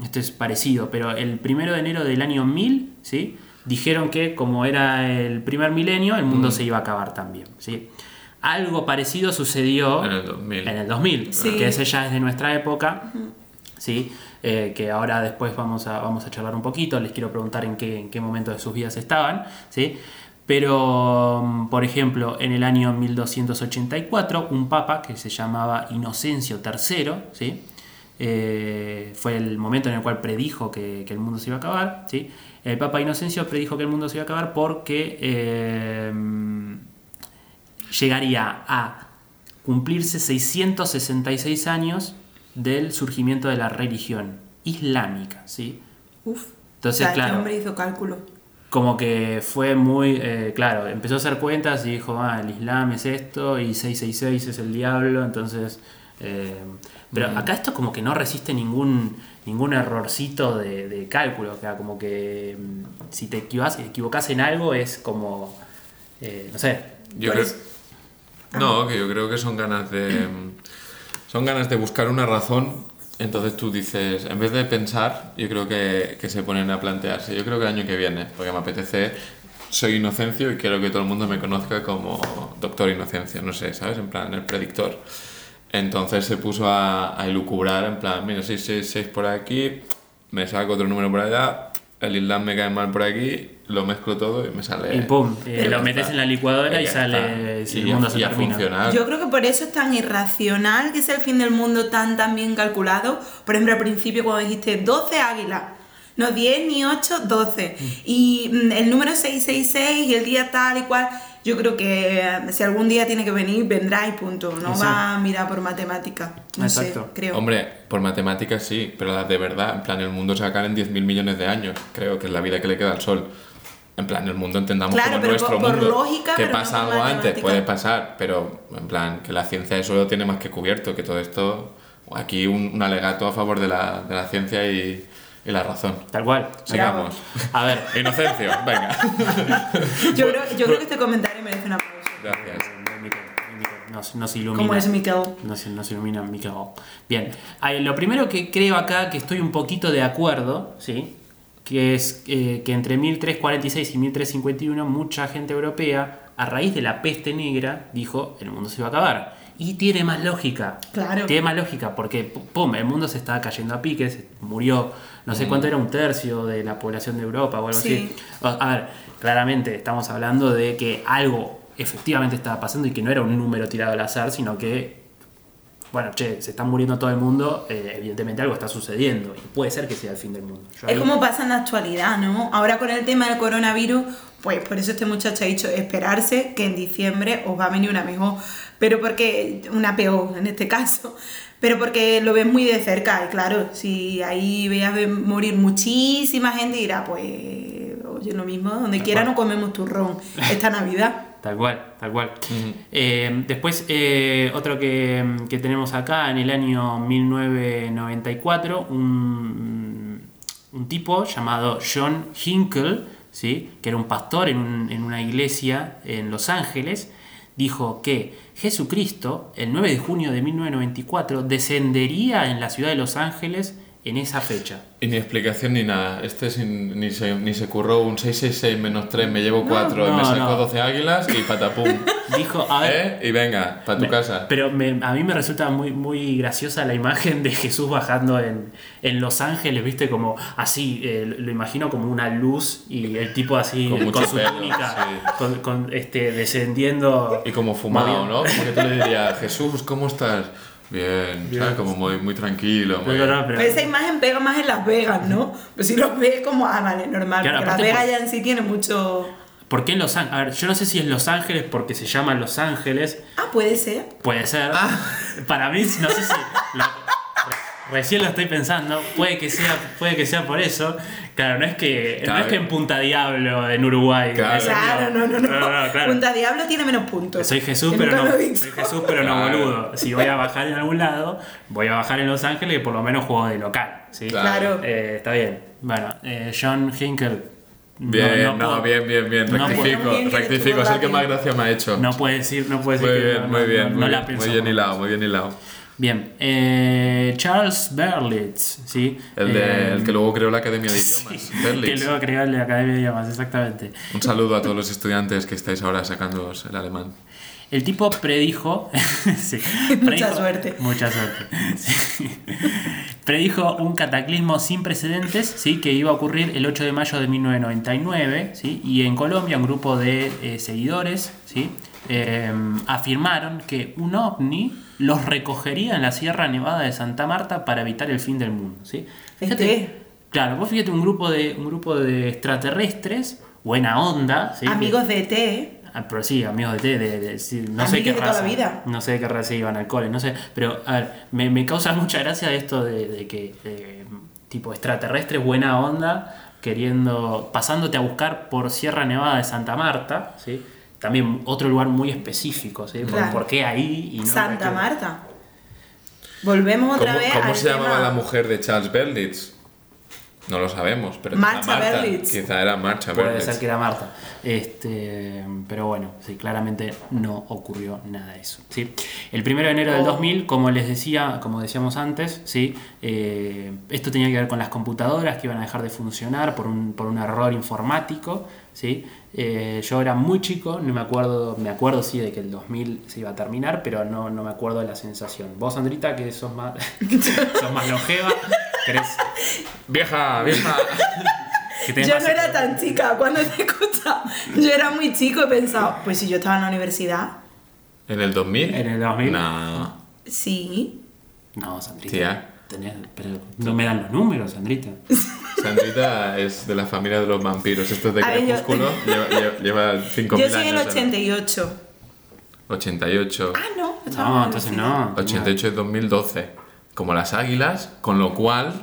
Speaker 1: este es parecido, pero el primero de enero del año 1000, ¿sí? Dijeron que como era el primer milenio, el mundo se iba a acabar también, ¿sí? Algo parecido sucedió
Speaker 3: En el 2000.
Speaker 1: En el 2000,
Speaker 2: Sí.
Speaker 1: que ese ya es de nuestra época. ¿sí? Eh, que ahora después vamos a, vamos a charlar un poquito, les quiero preguntar en qué, en qué momento de sus vidas estaban, ¿sí? Pero, mm, por ejemplo, en el año 1284, un papa que se llamaba Inocencio III, ¿sí? Eh, fue el momento en el cual predijo que, que el mundo se iba a acabar, ¿sí? El papa Inocencio predijo que el mundo se iba a acabar porque... eh, llegaría a cumplirse 666 años del surgimiento de la religión islámica, ¿sí?
Speaker 2: Uf.
Speaker 1: Entonces,
Speaker 2: O sea, este
Speaker 1: claro.
Speaker 2: hombre hizo cálculo.
Speaker 1: Como que fue muy, eh, claro, empezó a hacer cuentas y dijo, ah, el Islam es esto y 666 es el diablo, entonces... eh, pero acá esto como que no resiste ningún, ningún errorcito de, de cálculo, o sea, como que mm, si te equivas- equivocas en algo es como, eh, no sé,
Speaker 3: Yo
Speaker 2: ¿Cuál
Speaker 3: creo- No, que yo creo que son ganas de. mm, Son ganas de buscar una razón. Entonces tú dices, en vez de pensar, yo creo que, que se ponen a plantearse. Yo creo que el año que viene, porque me apetece. Soy Inocencio y quiero que todo el mundo me conozca como Doctor Inocencio, no sé, ¿sabes? En plan, el predictor. Entonces se puso a, a elucubrar, en plan, mira, 666 por aquí, me saco otro número por allá, el Islam me cae mal por aquí, lo mezclo todo y me sale.
Speaker 1: Y pum, eh,
Speaker 3: ya
Speaker 1: lo
Speaker 3: está.
Speaker 1: metes en la licuadora y
Speaker 3: ya
Speaker 1: sale-
Speaker 3: está.
Speaker 1: si el
Speaker 3: ya-
Speaker 1: mundo se
Speaker 3: ya
Speaker 1: termina.
Speaker 3: funciona.
Speaker 2: Yo creo que por eso es tan irracional que sea el fin del mundo tan tan bien calculado. Por ejemplo, al principio cuando dijiste 12 águilas, no 10 ni 8, 12. Y mm, el número 666 y el día tal y cual, yo creo que eh, si algún día tiene que venir, vendrá y punto. No
Speaker 1: Exacto.
Speaker 2: va a mirar por matemática. No
Speaker 1: Exacto.
Speaker 2: sé, creo.
Speaker 3: Hombre, por matemáticas sí, pero las de verdad, en plan, el mundo se va a acabar en 10.000 millones de años, creo que es la vida que le queda al Sol. En plan, el mundo entendamos
Speaker 2: Claro,
Speaker 3: como
Speaker 2: pero
Speaker 3: nuestro
Speaker 2: por- por
Speaker 3: mundo.
Speaker 2: lógica,
Speaker 3: que
Speaker 2: pero no
Speaker 3: pasa
Speaker 2: por
Speaker 3: algo antes,
Speaker 2: matemática.
Speaker 3: puede pasar, pero en plan, que la ciencia eso lo tiene más que cubierto, que todo esto. Aquí un, un alegato a favor de la, de la ciencia y, y la razón.
Speaker 1: Tal cual.
Speaker 2: Bravo.
Speaker 3: Sigamos.
Speaker 1: A ver,
Speaker 3: Inocencio, venga.
Speaker 2: Yo creo, yo creo que este comentario merece un aplauso.
Speaker 3: Gracias.
Speaker 1: nos, nos ilumina.
Speaker 2: Como es Miquel.
Speaker 1: Nos, nos ilumina Miquel. Bien, Ah, lo primero que creo acá, que estoy un poquito de acuerdo, ¿sí? que es eh, que entre 1346 y 1351 mucha gente europea, a raíz de la peste negra, dijo, el mundo se va a acabar. Y tiene más lógica.
Speaker 2: Claro.
Speaker 1: Tiene más lógica, porque pum, el mundo se estaba cayendo a piques, murió, no sé cuánto era un tercio de la población de Europa o algo
Speaker 2: Mm. Sí.
Speaker 1: así. O- A ver, claramente estamos hablando de que algo efectivamente estaba pasando y que no era un número tirado al azar, sino que, bueno, che, se está muriendo todo el mundo, eh, evidentemente algo está sucediendo y puede ser que sea el fin del mundo. Yo
Speaker 2: Es
Speaker 1: ahí-
Speaker 2: como pasa en la actualidad, ¿no? Ahora con el tema del coronavirus, pues por eso este muchacho ha dicho esperarse que en diciembre os va a venir una mejor, pero porque, una peor en este caso, pero porque lo ves muy de cerca y claro, si ahí veas ve- morir muchísima gente dirá, pues, oye, lo mismo, donde quiera no comemos turrón esta Navidad.
Speaker 1: Tal cual, tal cual. Eh, después, eh, otro que, que tenemos acá, en el año 1994, un, un tipo llamado John Hinkle, ¿sí? que era un pastor en, un- en una iglesia en Los Ángeles, dijo que Jesucristo, el 9 de junio de 1994, descendería en la ciudad de Los Ángeles en esa fecha.
Speaker 3: Y ni explicación ni nada. Este sin- ni, se, ni se curró un 666 menos 3, me llevo 4
Speaker 1: no,
Speaker 3: me sacó
Speaker 1: no.
Speaker 3: 12 águilas y patapum.
Speaker 1: Dijo, a ver,
Speaker 3: ¿Eh? Y venga, para tu casa.
Speaker 1: Pero Ah. me- a mí me resulta muy, muy graciosa la imagen de Jesús bajando en, en Los Ángeles, viste, como así, eh, lo imagino como una luz y el tipo así
Speaker 3: Con
Speaker 1: con,
Speaker 3: mucho
Speaker 1: su
Speaker 3: pelo,
Speaker 1: túnica,
Speaker 3: sí.
Speaker 1: con, con, este, descendiendo.
Speaker 3: Y como fumado,
Speaker 1: Muy bien.
Speaker 3: ¿no? Como que tú le dirías, Jesús, ¿cómo estás? Bien,
Speaker 1: Bien.
Speaker 3: ¿sabes? Como muy, muy tranquilo.
Speaker 1: No,
Speaker 3: Muy
Speaker 1: no, no, pero-
Speaker 2: Pero esa imagen pega más en Las Vegas, ¿no? Pero si los ves como, ah, vale, normal.
Speaker 1: Claro,
Speaker 2: porque Las
Speaker 1: aparte
Speaker 2: Vegas
Speaker 1: por-
Speaker 2: ya en sí tiene mucho.
Speaker 1: ¿Por qué Los Ángeles? A ver, yo no sé si es Los Ángeles porque se llama Los Ángeles,
Speaker 2: Ah, puede ser.
Speaker 1: puede ser.
Speaker 3: Ah.
Speaker 1: Para mí, no sé si. lo- re- Recién lo estoy pensando, puede que sea, puede que sea por eso. Claro, no es que,
Speaker 3: Claro.
Speaker 1: no es que en Punta Diablo, en Uruguay.
Speaker 3: Claro.
Speaker 1: ese
Speaker 2: Claro, no, no, no.
Speaker 1: claro.
Speaker 2: Punta Diablo tiene menos puntos.
Speaker 1: Soy Jesús,
Speaker 2: Que
Speaker 1: pero
Speaker 2: nunca
Speaker 1: no,
Speaker 2: lo he visto.
Speaker 1: soy Jesús, pero no
Speaker 3: Claro.
Speaker 1: boludo. Si voy a bajar en algún lado, voy a bajar en Los Ángeles y por lo menos juego de local. ¿sí?
Speaker 3: Claro.
Speaker 2: Claro.
Speaker 1: Eh, está bien. Bueno, eh, John Hinkle. no-
Speaker 3: Bien,
Speaker 1: no,
Speaker 3: no,
Speaker 1: puedo-
Speaker 3: bien, bien, bien.
Speaker 1: No puedo.
Speaker 3: Rectifico,
Speaker 2: Bien que
Speaker 3: rectifico. Es el que
Speaker 2: estuvo
Speaker 3: más gracia me ha hecho.
Speaker 1: No puede decir, no puede
Speaker 3: muy
Speaker 1: decir que
Speaker 3: bien,
Speaker 1: no,
Speaker 3: muy
Speaker 1: no-
Speaker 3: bien.
Speaker 1: no-
Speaker 3: muy,
Speaker 1: no la
Speaker 3: bien
Speaker 1: pensó.
Speaker 3: muy bien hilado, muy bien hilado.
Speaker 1: Bien, eh, Charles Berlitz, ¿sí?
Speaker 3: El, de-
Speaker 1: Eh,
Speaker 3: el que luego creó la Academia de Idiomas.
Speaker 1: que
Speaker 3: Berlitz.
Speaker 1: luego creó la Academia de Idiomas, exactamente.
Speaker 3: Un saludo a todos los estudiantes que estáis ahora sacándoos el alemán.
Speaker 1: El tipo predijo. sí,
Speaker 2: Mucha suerte.
Speaker 1: Mucha suerte. sí. Predijo un cataclismo sin precedentes ¿sí? que iba a ocurrir el 8 de mayo de 1999. ¿sí? Y en Colombia, un grupo de eh, seguidores ¿sí? Eh, afirmaron que un ovni los recogería en la Sierra Nevada de Santa Marta para evitar el fin del mundo. ¿sí?
Speaker 2: Este Fíjate.
Speaker 1: Claro, vos fíjate un grupo de, un grupo de extraterrestres, buena onda. ¿sí? Que-
Speaker 2: Amigos de T, ¿eh?
Speaker 1: Ah, pero sí, amigos de té, de- de- sí, no
Speaker 2: Amigos
Speaker 1: sé qué
Speaker 2: de toda la
Speaker 1: raza.
Speaker 2: vida.
Speaker 1: No sé de qué raza iban al cole, no sé. Pero, a ver, me, me causa mucha gracia esto de, de que, eh, tipo, extraterrestres, buena onda, queriendo, pasándote a buscar por Sierra Nevada de Santa Marta, ¿sí? También otro lugar muy específico, ¿sí? Por,
Speaker 2: Claro.
Speaker 1: por qué ahí? Y no
Speaker 2: Santa
Speaker 1: acá?
Speaker 2: Marta. Volvemos otra
Speaker 3: ¿Cómo,
Speaker 2: vez
Speaker 3: cómo
Speaker 2: al
Speaker 3: se llamaba
Speaker 2: tema.
Speaker 3: la mujer de Charles Berlitz? No lo sabemos, pero
Speaker 2: Marcha
Speaker 3: quizá Marta,
Speaker 2: Berlitz.
Speaker 3: Quizá era Marcha
Speaker 1: Puede
Speaker 3: Berlitz.
Speaker 1: ser que era Marta. Este, pero bueno, sí, claramente no ocurrió nada de eso. ¿sí? El 1 de enero del 2000, como les decía, como decíamos antes, ¿sí? Eh, esto tenía que ver con las computadoras que iban a dejar de funcionar por un, por un error informático. ¿sí? Eh, yo era muy chico, no me acuerdo, me acuerdo sí de que el 2000 se iba a terminar, pero no, no me acuerdo de la sensación. Vos, Andrita, que sos más, sos más longeva, querés-
Speaker 3: ¡Vieja, vieja!
Speaker 1: que tenés
Speaker 2: Yo
Speaker 1: más
Speaker 2: no era
Speaker 1: experiencia.
Speaker 2: tan chica cuando te escuchaba. Yo era muy chico y pensaba, pues si yo estaba en la universidad,
Speaker 3: ¿En el 2000?
Speaker 1: En el 2000.
Speaker 3: No.
Speaker 2: sí.
Speaker 1: No, Sandrita.
Speaker 3: Tía.
Speaker 1: tenés- pero no me dan los números, Sandrita.
Speaker 3: Sandrita es de la familia de los vampiros. Esto es de
Speaker 2: A ver, Ah, yo-
Speaker 3: Crepúsculo. Lleva, lleva, lleva 5.000
Speaker 2: Yo
Speaker 3: años.
Speaker 2: soy el
Speaker 3: ¿no?
Speaker 2: 88.
Speaker 3: 88.
Speaker 2: Ah, no. yo estaba en
Speaker 1: No,
Speaker 2: la
Speaker 1: entonces
Speaker 2: universidad.
Speaker 1: no.
Speaker 3: 88 es 2012. Como las águilas, con lo cual,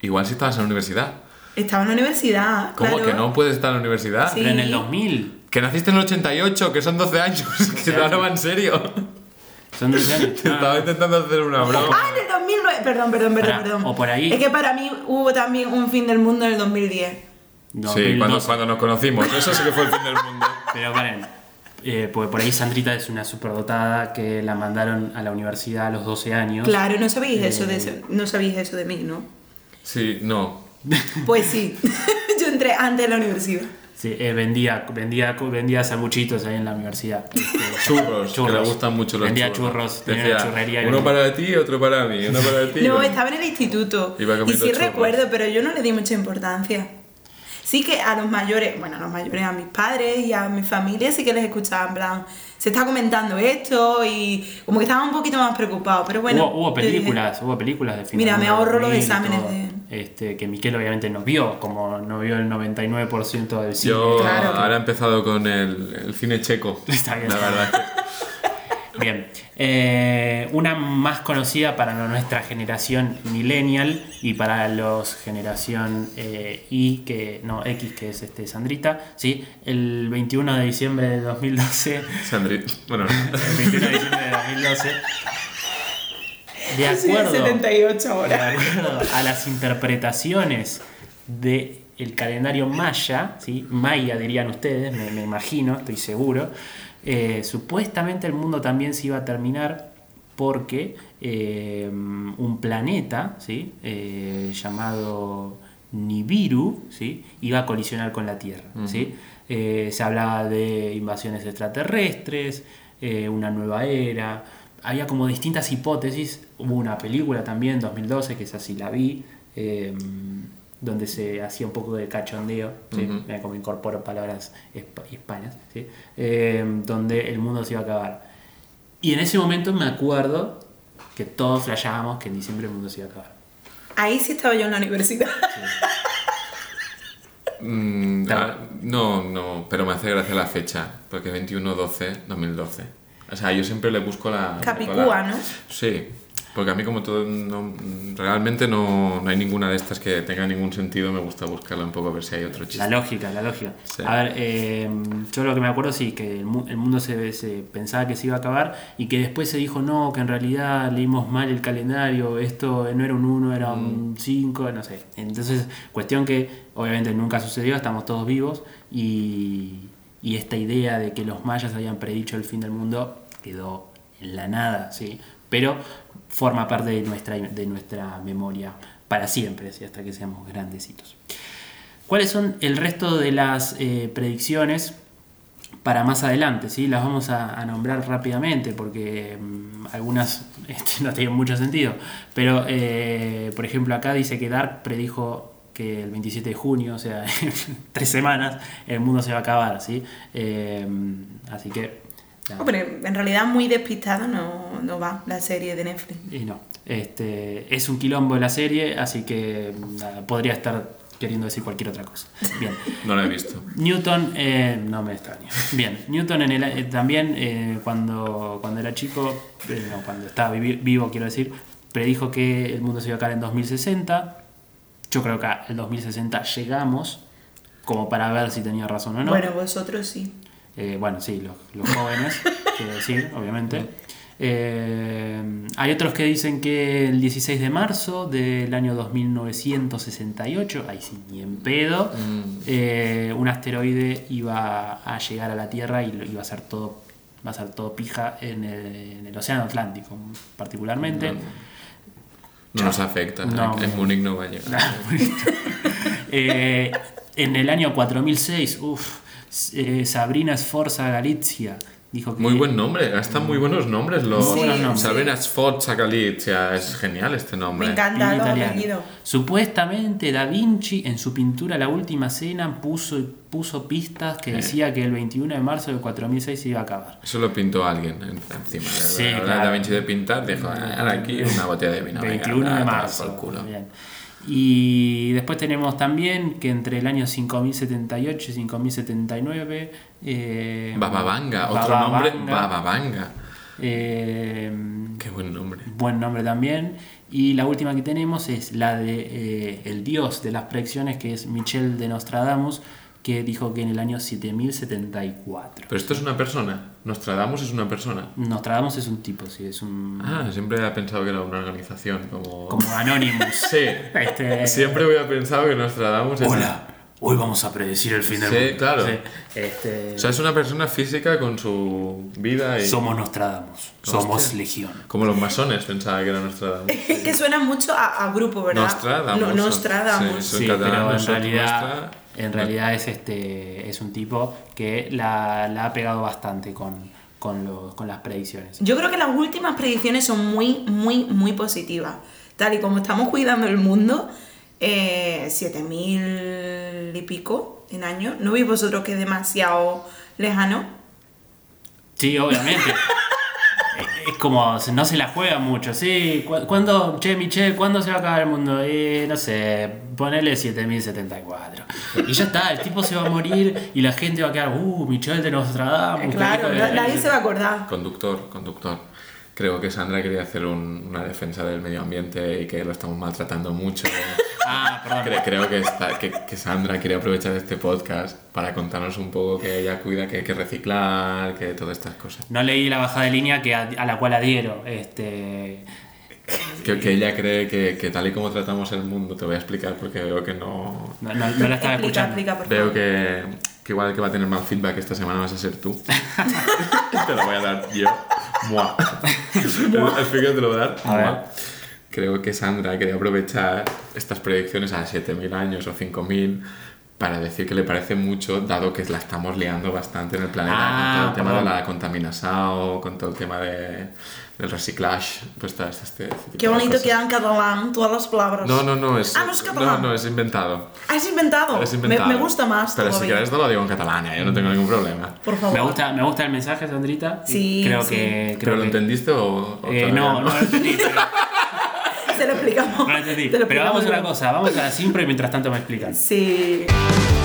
Speaker 3: igual si estabas en la universidad.
Speaker 2: Estaba en la universidad.
Speaker 3: ¿Cómo
Speaker 2: claro.
Speaker 3: que no puedes estar en la universidad?
Speaker 2: Sí.
Speaker 1: Pero en el 2000.
Speaker 3: Que naciste en el 88, que son 12 años. Que te hablaba en serio.
Speaker 1: Son 12 años.
Speaker 3: Te Estaba intentando hacer una broma.
Speaker 2: Ah, en el 2009. Perdón, perdón, perdón,
Speaker 1: Pará,
Speaker 2: perdón.
Speaker 1: o por ahí.
Speaker 2: Es que para mí hubo también un fin del mundo en el 2010.
Speaker 1: No,
Speaker 3: Sí, cuando,
Speaker 1: 2012.
Speaker 3: cuando nos conocimos. Eso sí que fue el fin del mundo.
Speaker 1: Pero paren. Eh, porque por ahí Sandrita es una superdotada que la mandaron a la universidad a los 12 años.
Speaker 2: Claro, no sabéis eso de
Speaker 1: Eh.
Speaker 2: eso, no sabéis eso de mí, ¿no?
Speaker 3: Sí, no.
Speaker 2: Pues sí. yo entré antes de la universidad.
Speaker 1: Sí, eh, vendía, vendía, vendía sanguchitos ahí en la universidad. Este,
Speaker 3: Churros, que le gustan mucho los
Speaker 1: vendía
Speaker 3: churros.
Speaker 1: churros. tenía
Speaker 3: Decía,
Speaker 1: una churrería.
Speaker 3: uno
Speaker 1: que-
Speaker 3: para ti, otro para mí, uno para ti.
Speaker 2: No,
Speaker 3: uno-
Speaker 2: estaba en el instituto.
Speaker 3: Iba
Speaker 2: y
Speaker 3: comiendo
Speaker 2: sí
Speaker 3: churros.
Speaker 2: recuerdo, pero yo no le di mucha importancia. Sí que a los mayores, bueno, a los mayores, a mis padres y a mi familia sí que les escuchaba en plan, se está comentando esto y como que estaban un poquito más preocupados, pero bueno.
Speaker 1: hubo, hubo
Speaker 2: yo dije,
Speaker 1: películas, hubo películas de final.
Speaker 2: Mira, me
Speaker 1: del
Speaker 2: ahorro los
Speaker 1: 2000 y
Speaker 2: exámenes
Speaker 1: todo.
Speaker 2: de-
Speaker 1: Este, que Miquel obviamente no vio, como no vio el 99% del cine.
Speaker 3: Yo
Speaker 2: Claro.
Speaker 3: ahora he empezado con el, el cine checo.
Speaker 1: Está bien.
Speaker 3: La verdad. que-
Speaker 1: Bien, eh, una más conocida para nuestra generación millennial y para los generación eh, Y, que no, X, que es este Sandrita, ¿sí? El 21 de diciembre del 2012,
Speaker 3: Sandri... Bueno,
Speaker 1: el 21 de diciembre de 2012, de
Speaker 2: Yo soy de
Speaker 1: acuerdo,
Speaker 2: 78
Speaker 1: de
Speaker 2: ahora.
Speaker 1: acuerdo a las interpretaciones de el calendario maya, ¿sí? Maya dirían ustedes, me, me imagino, estoy seguro, Eh, supuestamente el mundo también se iba a terminar porque eh, un planeta ¿sí? Eh, llamado Nibiru ¿sí? iba a colisionar con la Tierra. ¿sí? Eh, se hablaba de invasiones extraterrestres, eh, una nueva era, había como distintas hipótesis. Hubo una película también en 2012, que es así la vi, eh, donde se hacía un poco de cachondeo, ¿sí?
Speaker 3: Ujú.
Speaker 1: Mira cómo incorporo palabras hisp- hispanas, ¿sí? Eh, donde el mundo se iba a acabar. Y en ese momento me acuerdo que todos flashábamos que en diciembre el mundo se iba a acabar.
Speaker 2: Ahí sí estaba yo en la universidad.
Speaker 3: Mm,
Speaker 1: Claro.
Speaker 3: ah, no, no, pero me hace gracia la fecha, porque 21-12-2012. O sea, yo siempre le busco la...
Speaker 2: Capicúa,
Speaker 3: la-
Speaker 2: ¿no?
Speaker 3: Sí, porque a mí como todo, no- realmente no, no hay ninguna de estas que tenga ningún sentido, me gusta buscarla un poco a ver si hay otro
Speaker 1: La
Speaker 3: chiste.
Speaker 1: lógica, la lógica.
Speaker 3: Sí.
Speaker 1: A ver, eh, yo lo que me acuerdo sí, que el, mu- el mundo se, se pensaba que se iba a acabar y que después se dijo, no, que en realidad leímos mal el calendario, esto no era un 1, era un 5, no sé. Entonces, cuestión que obviamente nunca sucedió, estamos todos vivos y, y esta idea de que los mayas habían predicho el fin del mundo quedó en la nada, ¿sí? Pero forma parte de nuestra, de nuestra memoria para siempre, ¿sí? hasta que seamos grandecitos. ¿Cuáles son el resto de las eh, predicciones para más adelante? ¿sí? Las vamos a, a nombrar rápidamente porque mm, algunas este, no tienen mucho sentido. Pero, eh, por ejemplo, acá dice que Dark predijo que el 27 de junio, o sea, en tres semanas, el mundo se va a acabar. ¿sí? Eh, así que... nada.
Speaker 2: Hombre, en realidad muy despistado no, no va la serie de Netflix.
Speaker 1: Y no. Este, es un quilombo la serie, así que nada, podría estar queriendo decir cualquier otra cosa. Bien.
Speaker 3: No la he visto.
Speaker 1: Newton, eh, no me extraña. Bien, Newton en el, eh, también eh, cuando, cuando era chico, eh, no, cuando estaba vivi- vivo, quiero decir, predijo que el mundo se iba a caer en 2060. Yo creo que en 2060 llegamos, como para ver si tenía razón o no.
Speaker 2: Bueno, vosotros sí.
Speaker 1: Eh, bueno, sí, los, los jóvenes, quiero decir, obviamente. Eh, hay otros que dicen que el 16 de marzo del año 2968, ahí sí, ni en pedo, eh, un asteroide iba a llegar a la Tierra y lo- iba a ser todo, va a ser todo pija en el, en el Océano Atlántico, particularmente.
Speaker 3: No nos afecta,
Speaker 1: No.
Speaker 3: en Múnich no va a llegar.
Speaker 1: Eh, en el año 4006, uff, eh, Sabrina Sforza Galizia dijo que
Speaker 3: Muy buen nombre, gastan muy buenos nombres los...
Speaker 2: Muy buenos
Speaker 1: nombres.
Speaker 3: Sabrina Sforza Galizia, es genial este nombre.
Speaker 2: Me encanta
Speaker 1: Bien
Speaker 2: los
Speaker 1: italiano.
Speaker 2: apellidos.
Speaker 1: Supuestamente Da Vinci en su pintura La Última Cena puso, puso pistas que decía que el 21 de marzo de 4006 se iba a acabar.
Speaker 3: Eso lo pintó alguien en- encima.
Speaker 1: Sí,
Speaker 3: la,
Speaker 1: claro.
Speaker 3: Da Vinci de pintar dijo, "Ah, ahora aquí una botella de vino. venga,
Speaker 1: 21
Speaker 3: anda,
Speaker 1: de
Speaker 3: toma
Speaker 1: marzo.
Speaker 3: por culo".
Speaker 1: Bien. Y después tenemos también que entre el año 5078 y 5079... Eh,
Speaker 3: Bababanga, otro
Speaker 1: Bababanga,
Speaker 3: nombre, Bababanga.
Speaker 1: eh,
Speaker 3: Qué buen nombre.
Speaker 1: buen nombre también. Y la última que tenemos es la de eh, el dios de las predicciones, que es Michel de Nostradamus, que dijo que en el año 7074.
Speaker 3: Pero esto es una persona. Nostradamus es una persona.
Speaker 1: Nostradamus es un tipo, sí, es un.
Speaker 3: Ah, siempre había pensado que era una organización como...
Speaker 1: como Anonymous.
Speaker 3: Sí.
Speaker 1: Este-
Speaker 3: Siempre había pensado que Nostradamus es...
Speaker 1: hoy vamos a predecir el fin
Speaker 3: Sí, claro.
Speaker 1: Este,
Speaker 3: O sea, es una persona física con su vida y...
Speaker 1: somos Nostradamus, somos Legión.
Speaker 3: Como los masones pensaba que era Nostradamus.
Speaker 2: Es que suena mucho a, a grupo, ¿verdad?
Speaker 3: Nostradamus.
Speaker 2: No, Nostradamus.
Speaker 3: Sí,
Speaker 1: Sí,
Speaker 3: en catalán,
Speaker 1: pero en
Speaker 3: nosotros,
Speaker 1: realidad,
Speaker 3: nuestra-
Speaker 1: en realidad es este es un tipo que la, la ha pegado bastante con, con, los- con las predicciones.
Speaker 2: Yo creo que las últimas predicciones son muy, muy, muy positivas. Tal y como estamos cuidando el mundo, eh, 7.000 y pico en años. ¿No veis vosotros que es demasiado lejano?
Speaker 1: Sí, obviamente. Es- Es como, se- no se la juega mucho, sí. cu- ¿Cuándo, che, Michelle, cuándo se va a acabar el mundo? Eh, no sé, ponele 7074. Y ya está, el tipo se va a morir y la gente va a quedar, uh, Michelle de Nostradamus. que
Speaker 2: Eh, claro,
Speaker 3: eh,
Speaker 1: dijo
Speaker 2: na-
Speaker 1: que-
Speaker 2: nadie se va a acordar.
Speaker 3: Conductor, conductor. Creo que Sandra quería hacer un- una defensa del medio ambiente y que lo estamos maltratando mucho.
Speaker 1: Ah, perdón.
Speaker 3: Cre- creo que, está- que, que Sandra quería aprovechar este podcast para contarnos un poco que ella cuida, que hay que reciclar, que todas estas cosas.
Speaker 1: No leí la bajada de línea que a, a la cual adhiero. Este,
Speaker 3: Que, que ella cree que, que tal y como tratamos el mundo, te voy a explicar porque veo que no...
Speaker 1: no, no- no la estaba
Speaker 2: explica,
Speaker 1: escuchando.
Speaker 2: explica, por favor.
Speaker 3: Veo que, que que igual el que va a tener más feedback esta semana vas a ser tú. te lo voy a dar yo. Mua. el, el feedback te lo voy a dar.
Speaker 1: A ver.
Speaker 3: Mua. Creo que Sandra quería aprovechar estas predicciones a 7.000 años o 5.000 para decir que le parece mucho, dado que la estamos liando bastante en el planeta
Speaker 1: Ah,
Speaker 3: con todo el tema
Speaker 1: perdón.
Speaker 3: de la contaminación, con todo el tema de, del reciclaje, pues todo este, este tipo
Speaker 2: Qué
Speaker 3: de
Speaker 2: bonito
Speaker 3: cosas.
Speaker 2: quedan catalán todas las palabras.
Speaker 3: No, no, no, es,
Speaker 2: Ah, no es
Speaker 3: no,
Speaker 2: catalán.
Speaker 3: no, es inventado.
Speaker 2: Has inventado.
Speaker 3: Es inventado.
Speaker 2: Me, me gusta más.
Speaker 3: Pero si
Speaker 2: todavía.
Speaker 3: quieres te lo digo en catalán, ¿eh? yo no tengo ningún problema.
Speaker 2: Por favor.
Speaker 1: Me gusta, me gusta el mensaje, Sandrita. y
Speaker 2: Oh. Sí,
Speaker 1: creo
Speaker 2: sí.
Speaker 1: que.
Speaker 3: ¿Pero
Speaker 1: Creo
Speaker 3: lo
Speaker 1: que-
Speaker 3: entendiste o, o
Speaker 1: Eh,
Speaker 3: todavía
Speaker 1: no, no lo entendí. pero-
Speaker 2: Se lo explicamos.
Speaker 3: Ah,
Speaker 1: No lo entendí.
Speaker 2: Te lo
Speaker 1: Pero vamos a una
Speaker 2: explicamos.
Speaker 1: cosa, vamos a la simple y mientras tanto me explican.
Speaker 2: Sí.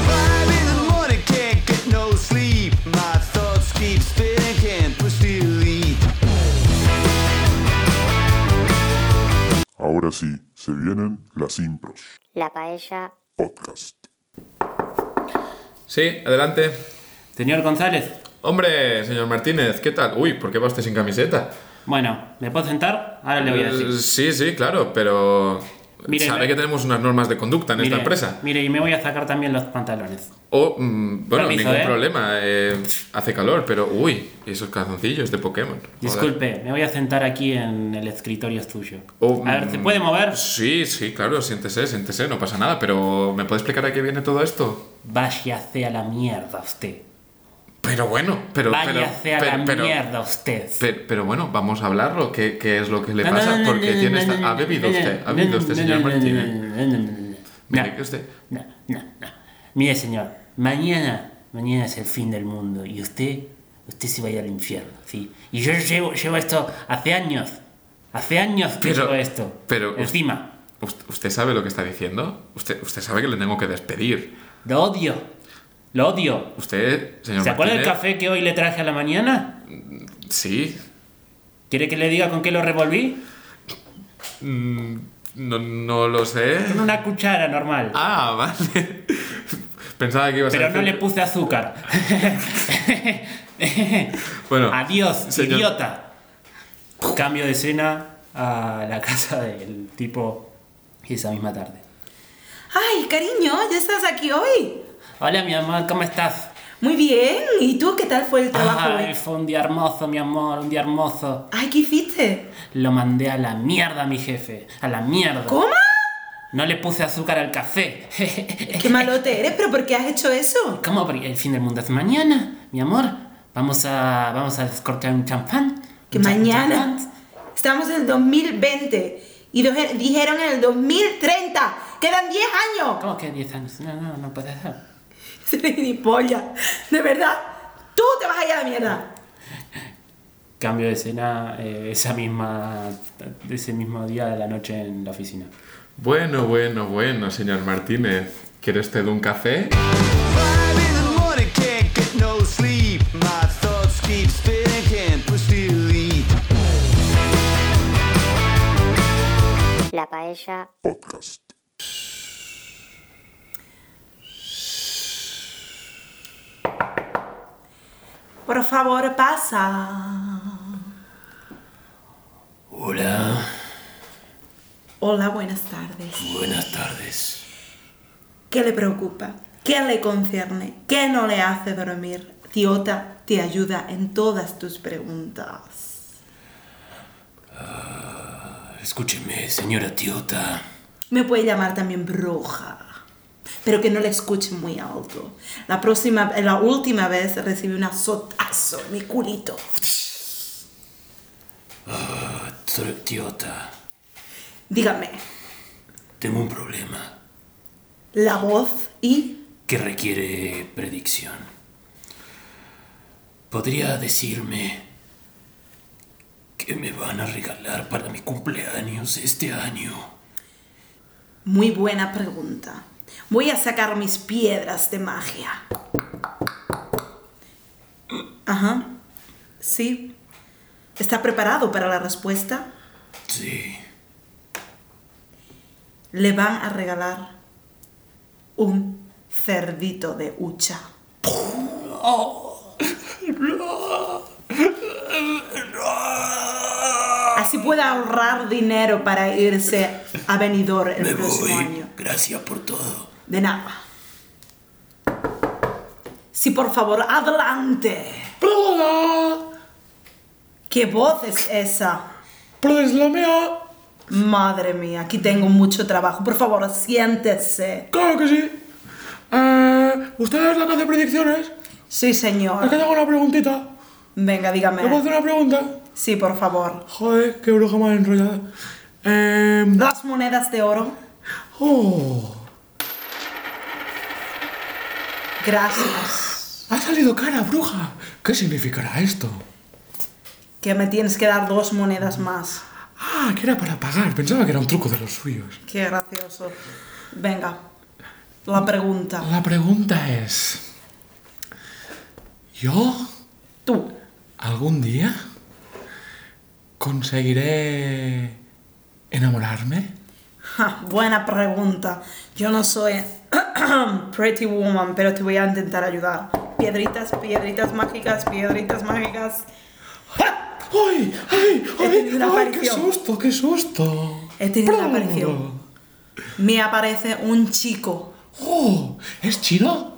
Speaker 4: Five in the morning, can't get no sleep. My thoughts keep spinning, can't push me to leave.
Speaker 5: Ahora sí, se vienen las impros.
Speaker 6: La paella
Speaker 5: Podcast.
Speaker 3: Sí, adelante.
Speaker 1: Señor González,
Speaker 3: Hombre, señor Martínez, ¿qué tal? Uy, ¿por qué va usted sin camiseta?
Speaker 1: bueno, ¿me puedo sentar? Ahora le voy a decir.
Speaker 3: Eh, Sí, sí, claro, pero...
Speaker 1: Mire,
Speaker 3: Sabe
Speaker 1: me-
Speaker 3: que tenemos unas normas de conducta en
Speaker 1: Mire,
Speaker 3: esta empresa.
Speaker 1: Mire, y me voy a sacar también los pantalones.
Speaker 3: O, mm, bueno,
Speaker 1: Permiso,
Speaker 3: ningún
Speaker 1: ¿eh?
Speaker 3: problema. eh, hace calor, pero... Uy, y esos calzoncillos de Pokémon. Joder.
Speaker 1: Disculpe, me voy a sentar aquí en el escritorio suyo.
Speaker 3: O,
Speaker 1: a ver, ¿se
Speaker 3: mm,
Speaker 1: puede mover?
Speaker 3: Sí, sí, claro, siéntese, siéntese, no pasa nada, pero ¿me puede explicar a qué viene todo esto?
Speaker 1: Váyase a la mierda usted.
Speaker 3: Pero bueno, pero... pero-
Speaker 1: Váyase a
Speaker 3: pero-
Speaker 1: la
Speaker 3: pero-
Speaker 1: mierda usted.
Speaker 3: Pero, pero bueno, vamos a hablarlo. ¿Qué, qué es lo que le
Speaker 1: No, no,
Speaker 3: pasa?
Speaker 1: no, no,
Speaker 3: Porque
Speaker 1: no,
Speaker 3: tiene
Speaker 1: no,
Speaker 3: esta...
Speaker 1: no,
Speaker 3: ¿Ha
Speaker 1: no,
Speaker 3: bebido
Speaker 1: no,
Speaker 3: usted? ¿Ha
Speaker 1: no,
Speaker 3: bebido
Speaker 1: no,
Speaker 3: usted,
Speaker 1: no, no,
Speaker 3: señor
Speaker 1: no,
Speaker 3: Martínez?
Speaker 1: no, no, no, no, no.
Speaker 3: Mire
Speaker 1: No,
Speaker 3: que usted-
Speaker 1: No, no, no. Mire, señor, mañana, mañana es el fin del mundo y usted, usted se va a ir al infierno, ¿sí? Y yo llevo, llevo esto hace años, hace años que
Speaker 3: Pero-
Speaker 1: llevo esto.
Speaker 3: pero-
Speaker 1: Encima,
Speaker 3: ¿Ust- ¿Usted sabe lo que está diciendo? ¿Usted, usted sabe que le tengo que despedir?
Speaker 1: lo odio, lo odio.
Speaker 3: ¿Usted, señor
Speaker 1: ¿Se acuerda del
Speaker 3: Martínez?
Speaker 1: café que hoy le traje a la mañana?
Speaker 3: Sí.
Speaker 1: ¿Quiere que le diga con qué lo revolví?
Speaker 3: Mm, No, no lo sé.
Speaker 1: Con una cuchara normal.
Speaker 3: Ah, pues vale. Pensaba que iba a ser...
Speaker 1: Pero no le puse azúcar.
Speaker 3: Bueno,
Speaker 1: Adiós,
Speaker 3: señor-
Speaker 1: idiota. Cambio de escena a la casa del tipo esa misma tarde.
Speaker 2: Ay, cariño, ya estás aquí hoy.
Speaker 1: Hola, mi amor, ¿cómo estás?
Speaker 2: Muy bien. ¿Y tú qué tal fue el trabajo
Speaker 1: Ay,
Speaker 2: hoy?
Speaker 1: fue un día hermoso, mi amor, un día hermoso.
Speaker 2: Ay, ¿qué hiciste?
Speaker 1: Lo mandé a la mierda a mi jefe, a la mierda.
Speaker 2: ¿Cómo?
Speaker 1: No le puse azúcar al café.
Speaker 2: Qué malote eres, pero ¿por qué has hecho eso?
Speaker 1: ¿Cómo? Porque El fin del mundo es mañana, mi amor. Vamos a, vamos a descorchar un champán.
Speaker 2: Que
Speaker 1: Un cha-
Speaker 2: mañana.
Speaker 1: champán.
Speaker 2: Estamos en el 2020 y doje- dijeron en el 2030. Quedan 10 años.
Speaker 1: ¿Cómo que 10 años? No, no, no puede ser.
Speaker 2: Se gilipollas. De verdad. Tú te vas a ir a la mierda.
Speaker 1: Cambio de escena eh, esa misma, ese mismo día de la noche en la oficina.
Speaker 3: Bueno, bueno, bueno, señor Martínez. ¿Quiere usted un café?
Speaker 4: Five in the morning, can't get no sleep. My thoughts keep spinning, can't push me to leave.
Speaker 6: la paella
Speaker 5: Podcast.
Speaker 2: Por favor, pasa.
Speaker 1: Hola,
Speaker 2: Hola, buenas tardes.
Speaker 1: buenas tardes.
Speaker 2: ¿Qué le preocupa? ¿Qué le concierne? ¿Qué no le hace dormir? Tiota te ayuda en todas tus preguntas.
Speaker 1: Escúcheme, señora Tiota.
Speaker 2: Me puede llamar también bruja, pero que no le escuche muy alto. La próxima, la última vez recibí un azotazo en mi culito.
Speaker 1: Tiota,
Speaker 2: Dígame,
Speaker 1: tengo un problema
Speaker 2: la voz y
Speaker 1: que requiere predicción. ¿Podría decirme qué me van a regalar para mi cumpleaños este año?
Speaker 2: muy buena pregunta. Voy a sacar mis piedras de magia. Ajá. Sí. ¿Está preparado para la respuesta?
Speaker 1: Sí.
Speaker 2: Le van a regalar un cerdito de hucha. Así puede ahorrar dinero para irse a Benidorm el
Speaker 1: Me
Speaker 2: próximo
Speaker 1: voy.
Speaker 2: año.
Speaker 1: Gracias por todo.
Speaker 2: De nada. Sí, por favor, adelante. ¿Qué voz es esa?
Speaker 3: Pues la mía.
Speaker 2: Madre mía, aquí tengo mucho trabajo. Por favor, siéntese.
Speaker 3: Claro que sí. Eh, ¿Usted es la que hace predicciones?
Speaker 2: Sí,
Speaker 3: Es que
Speaker 2: señor.
Speaker 3: tengo una preguntita.
Speaker 2: Venga, dígame.
Speaker 3: ¿Le puedo hacer una pregunta?
Speaker 2: Sí, por favor.
Speaker 3: Joder, qué bruja más enrollada. Eh,
Speaker 2: Las monedas de oro.
Speaker 3: oh,
Speaker 2: Gracias.
Speaker 3: ha salido cara, bruja. ¿Qué significará esto?
Speaker 2: Que me tienes que dar dos monedas más.
Speaker 3: Ah, que era para pagar. Pensaba que era un truco de los suyos.
Speaker 2: Qué gracioso. Venga, la pregunta.
Speaker 3: La pregunta es... ¿Yo
Speaker 2: Tú.
Speaker 3: algún día conseguiré enamorarme?
Speaker 2: Ja, buena pregunta. Yo no soy Pretty Woman, pero te voy a intentar ayudar. Piedritas, piedritas mágicas, piedritas mágicas.
Speaker 3: ¡Ay! ¡Ay!
Speaker 2: He
Speaker 3: ¡Ay!
Speaker 2: tenido una
Speaker 3: ay, ¡Qué
Speaker 2: aparición.
Speaker 3: susto! ¡Qué susto!
Speaker 2: He tenido una
Speaker 3: Brrr.
Speaker 2: aparición. Me aparece un chico.
Speaker 3: ¡Oh! ¿Es chino?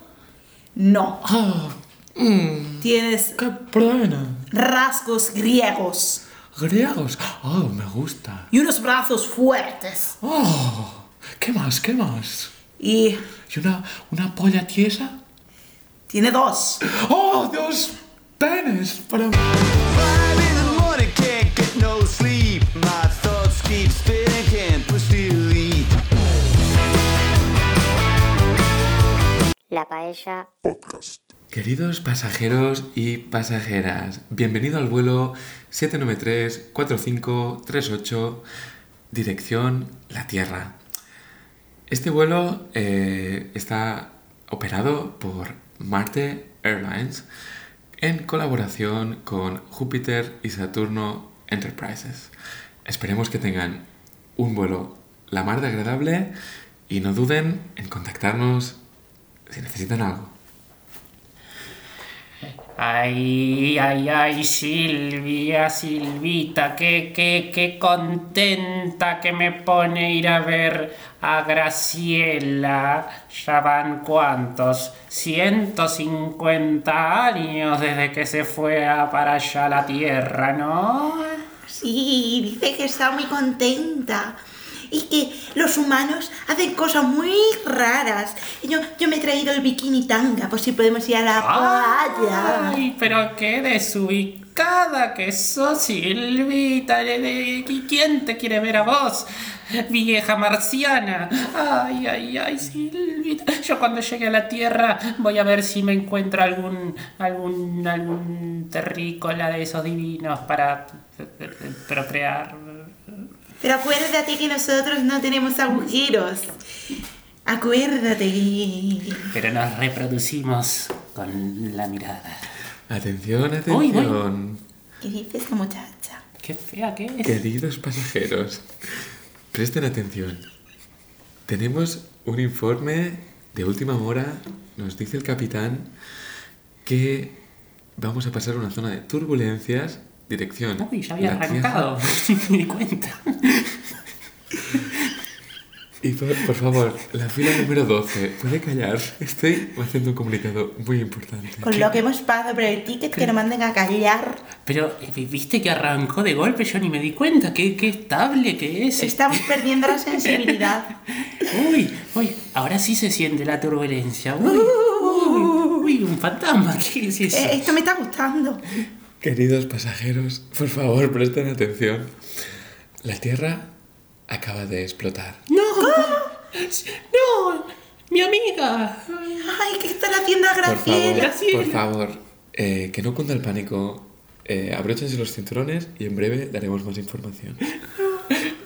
Speaker 2: No,
Speaker 3: ¡Ah! mm,
Speaker 2: tienes
Speaker 3: ¡Qué plena!
Speaker 2: rasgos griegos
Speaker 3: Griegos. ¡Oh! Me gusta.
Speaker 2: y unos brazos fuertes.
Speaker 3: ¡Oh! ¿Qué más? ¿Qué más?
Speaker 2: Y
Speaker 3: ¿Y una, una polla tiesa?
Speaker 2: tiene dos.
Speaker 3: ¡Oh! ¡Dios! ¡Penes! Para...
Speaker 4: Five in the morning, can't get no sleep. My thoughts keep spinning, can't push the lead.
Speaker 6: la paella,
Speaker 5: Podcast.
Speaker 3: Queridos pasajeros y pasajeras, bienvenido al vuelo 793-4538, dirección la Tierra. Este vuelo eh, está operado por Marte Airlines en colaboración con Júpiter y Saturno Enterprises. Esperemos que tengan un vuelo la mar de agradable y no duden en contactarnos si necesitan algo.
Speaker 1: Ay, ay, ay, Silvia, Silvita, qué, qué, qué contenta que me pone ir a ver a Graciela. Ya van cuántos, 150 años desde que se fue a para allá a la tierra, ¿no?
Speaker 7: Sí, dice que está muy contenta. Y que los humanos hacen cosas muy raras. Y Yo, yo me he traído el bikini tanga, por si podemos ir a la
Speaker 3: Ah.
Speaker 7: playa.
Speaker 1: Ay, pero qué desubicada que sos, Silvita. Le- le- ¿qui- ¿Quién te quiere ver a vos, vieja marciana? Ay, ay, ay, Silvita. Yo cuando llegue a la Tierra voy a ver si me encuentro algún, algún, algún terrícola de esos divinos para eh, eh, eh, procrear.
Speaker 7: Pero acuérdate que nosotros no tenemos agujeros. Acuérdate.
Speaker 1: Pero nos reproducimos con la mirada.
Speaker 3: Atención,
Speaker 1: Uy, uy.
Speaker 3: atención,
Speaker 7: ¿Qué dice esta muchacha?
Speaker 1: Qué fea que es.
Speaker 3: queridos pasajeros. Presten atención. Tenemos un informe de última hora. Nos dice el capitán que vamos a pasar una zona de turbulencias, dirección.
Speaker 1: Uy, ya había
Speaker 3: la Tierra.
Speaker 1: arrancado. Me di cuenta.
Speaker 3: Y por, por favor, la fila número 12, puede callar. Estoy haciendo un comunicado muy importante.
Speaker 7: Con lo que hemos pagado por el ticket, que nos manden a callar.
Speaker 1: Pero eh, viste que arrancó de golpe, yo ni me di cuenta, qué, qué estable que es.
Speaker 7: Estamos perdiendo la sensibilidad.
Speaker 1: Uy, uy, ahora sí se siente la turbulencia. Uy, uy, uy, un fantasma, ¿qué es eso?
Speaker 7: Eh, esto me está gustando.
Speaker 3: Queridos pasajeros, por favor, presten atención. La Tierra acaba de explotar.
Speaker 1: No, no, mi amiga.
Speaker 7: Ay, ¿qué están haciendo a
Speaker 3: Por favor,
Speaker 7: Graciela?
Speaker 1: Graciela.
Speaker 3: por favor, eh, que no cunda el pánico. Eh, abróchense los cinturones y en breve daremos más información.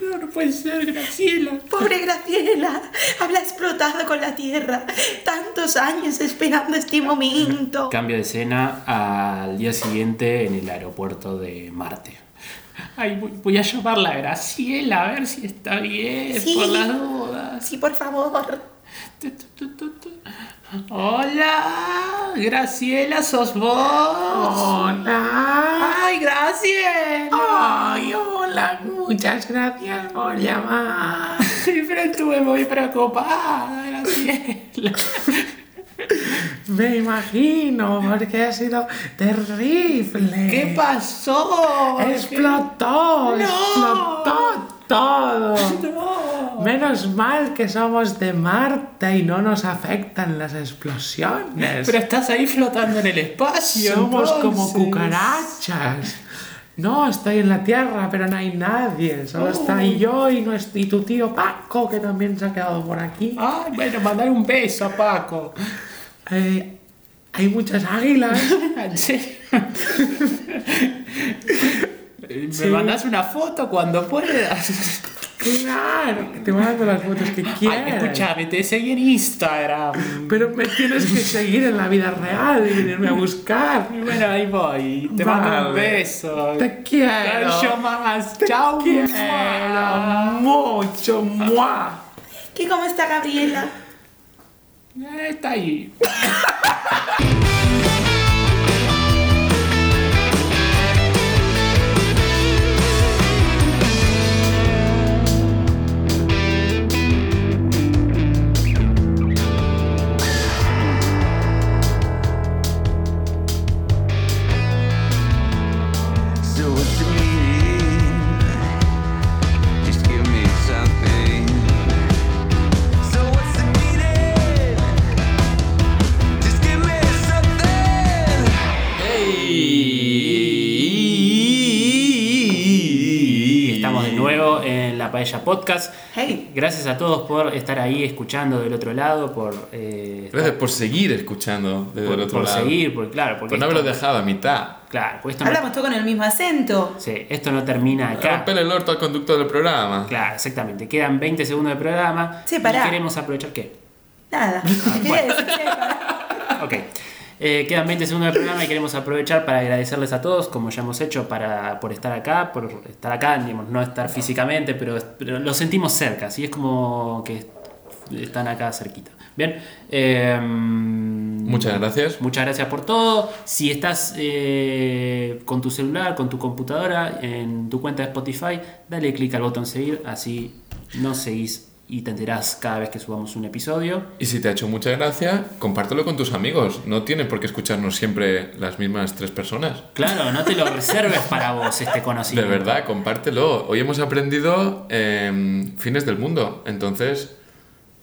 Speaker 1: No, no puede ser, Graciela.
Speaker 7: Pobre Graciela, habla explotado con la tierra. Tantos años esperando este momento.
Speaker 1: Cambio de escena al día siguiente en el aeropuerto de Marte. Ay, voy, voy a llamarla a Graciela a ver si está bien,
Speaker 7: Sí.
Speaker 1: por las dudas.
Speaker 7: Sí, por favor.
Speaker 1: Tu, tu, tu, tu, tu. Hola, Graciela, sos vos. Hola. Ay, Graciela. Ay, hola, muchas gracias por llamar. Pero estuve muy preocupada, Graciela.
Speaker 8: Me imagino, porque ha sido terrible.
Speaker 1: ¿Qué pasó?
Speaker 8: Explotó, Oh, explotó todo. Menos mal que somos de Marte y no nos afectan las explosiones.
Speaker 1: Pero estás ahí flotando en el espacio.
Speaker 8: Somos como
Speaker 1: entonces.
Speaker 8: cucarachas. No, estoy en la tierra, pero no hay nadie. Solo
Speaker 1: Oh.
Speaker 8: está yo y, no es- y tu tío Paco, que también se ha quedado por aquí.
Speaker 1: Ay, Ah, bueno, mandar un beso a Paco.
Speaker 8: Eh, hay muchas águilas.
Speaker 1: ¿En serio? Me
Speaker 8: Sí.
Speaker 1: mandás una foto cuando puedas.
Speaker 8: claro, que te mando las fotos que quieras.
Speaker 1: Ay, escúchame, te seguí en Instagram.
Speaker 8: Pero me tienes que seguir en la vida real y venirme a buscar.
Speaker 1: Y bueno, ahí voy. Te mando un
Speaker 8: Vale.
Speaker 1: beso.
Speaker 8: Te quiero.
Speaker 1: Yo más.
Speaker 8: Te
Speaker 1: Chao.
Speaker 8: quiero
Speaker 1: mua.
Speaker 8: mucho, mua.
Speaker 2: ¿Qué cómo está Gabriela?
Speaker 1: Eh, Está ahí.
Speaker 4: So what's the meaning? Just give me something. So what's the meaning? Just give me something.
Speaker 1: Estamos de nuevo en la Paella Podcast.
Speaker 2: Hey.
Speaker 1: Gracias a todos por estar ahí escuchando del otro lado, por, eh,
Speaker 3: Gracias por seguir escuchando desde
Speaker 1: por,
Speaker 3: el otro
Speaker 1: por
Speaker 3: lado.
Speaker 1: seguir, por claro, porque
Speaker 3: Por Pues no
Speaker 1: esto-
Speaker 3: haberlo dejado a mitad.
Speaker 1: claro, porque esto no,
Speaker 2: Hablamos todo con el mismo acento.
Speaker 1: sí, esto no termina acá.
Speaker 3: Rompele el orto al conductor del programa.
Speaker 1: Claro, exactamente. Quedan 20 segundos de programa.
Speaker 2: Sí,
Speaker 1: y
Speaker 2: pará.
Speaker 1: queremos aprovechar qué.
Speaker 2: Nada. Quería decir que-
Speaker 1: Ok. Eh, quedan 20 segundos del programa y queremos aprovechar para agradecerles a todos, como ya hemos hecho, para, por estar acá, por estar acá, digamos, no estar físicamente, pero, pero lo sentimos cerca, así es como que están acá cerquita. Bien. eh,
Speaker 3: Muchas gracias.
Speaker 1: Muchas gracias por todo. Si estás eh, con tu celular, con tu computadora, en tu cuenta de Spotify, dale clic al botón seguir, así nos seguís y te enterás cada vez que subamos un episodio.
Speaker 3: Y si te ha hecho mucha gracia, compártelo con tus amigos. No tienen por qué escucharnos siempre las mismas tres personas.
Speaker 1: Claro, no te lo reserves para vos este
Speaker 3: De
Speaker 1: conocimiento.
Speaker 3: verdad, compártelo. Hoy hemos aprendido em, fines del mundo. Entonces,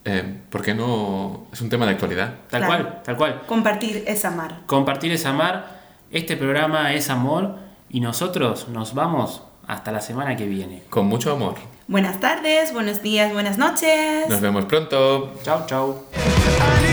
Speaker 3: em, ¿por qué no? Es un tema de actualidad.
Speaker 1: Tal
Speaker 2: Claro.
Speaker 1: cual, tal cual.
Speaker 2: Compartir es amar.
Speaker 1: Compartir es amar. Este programa es amor. Y nosotros nos vamos hasta la semana que viene.
Speaker 3: Con mucho amor.
Speaker 2: Buenas tardes, buenos días, buenas noches.
Speaker 3: Nos vemos pronto.
Speaker 1: Chau, chau.
Speaker 4: I need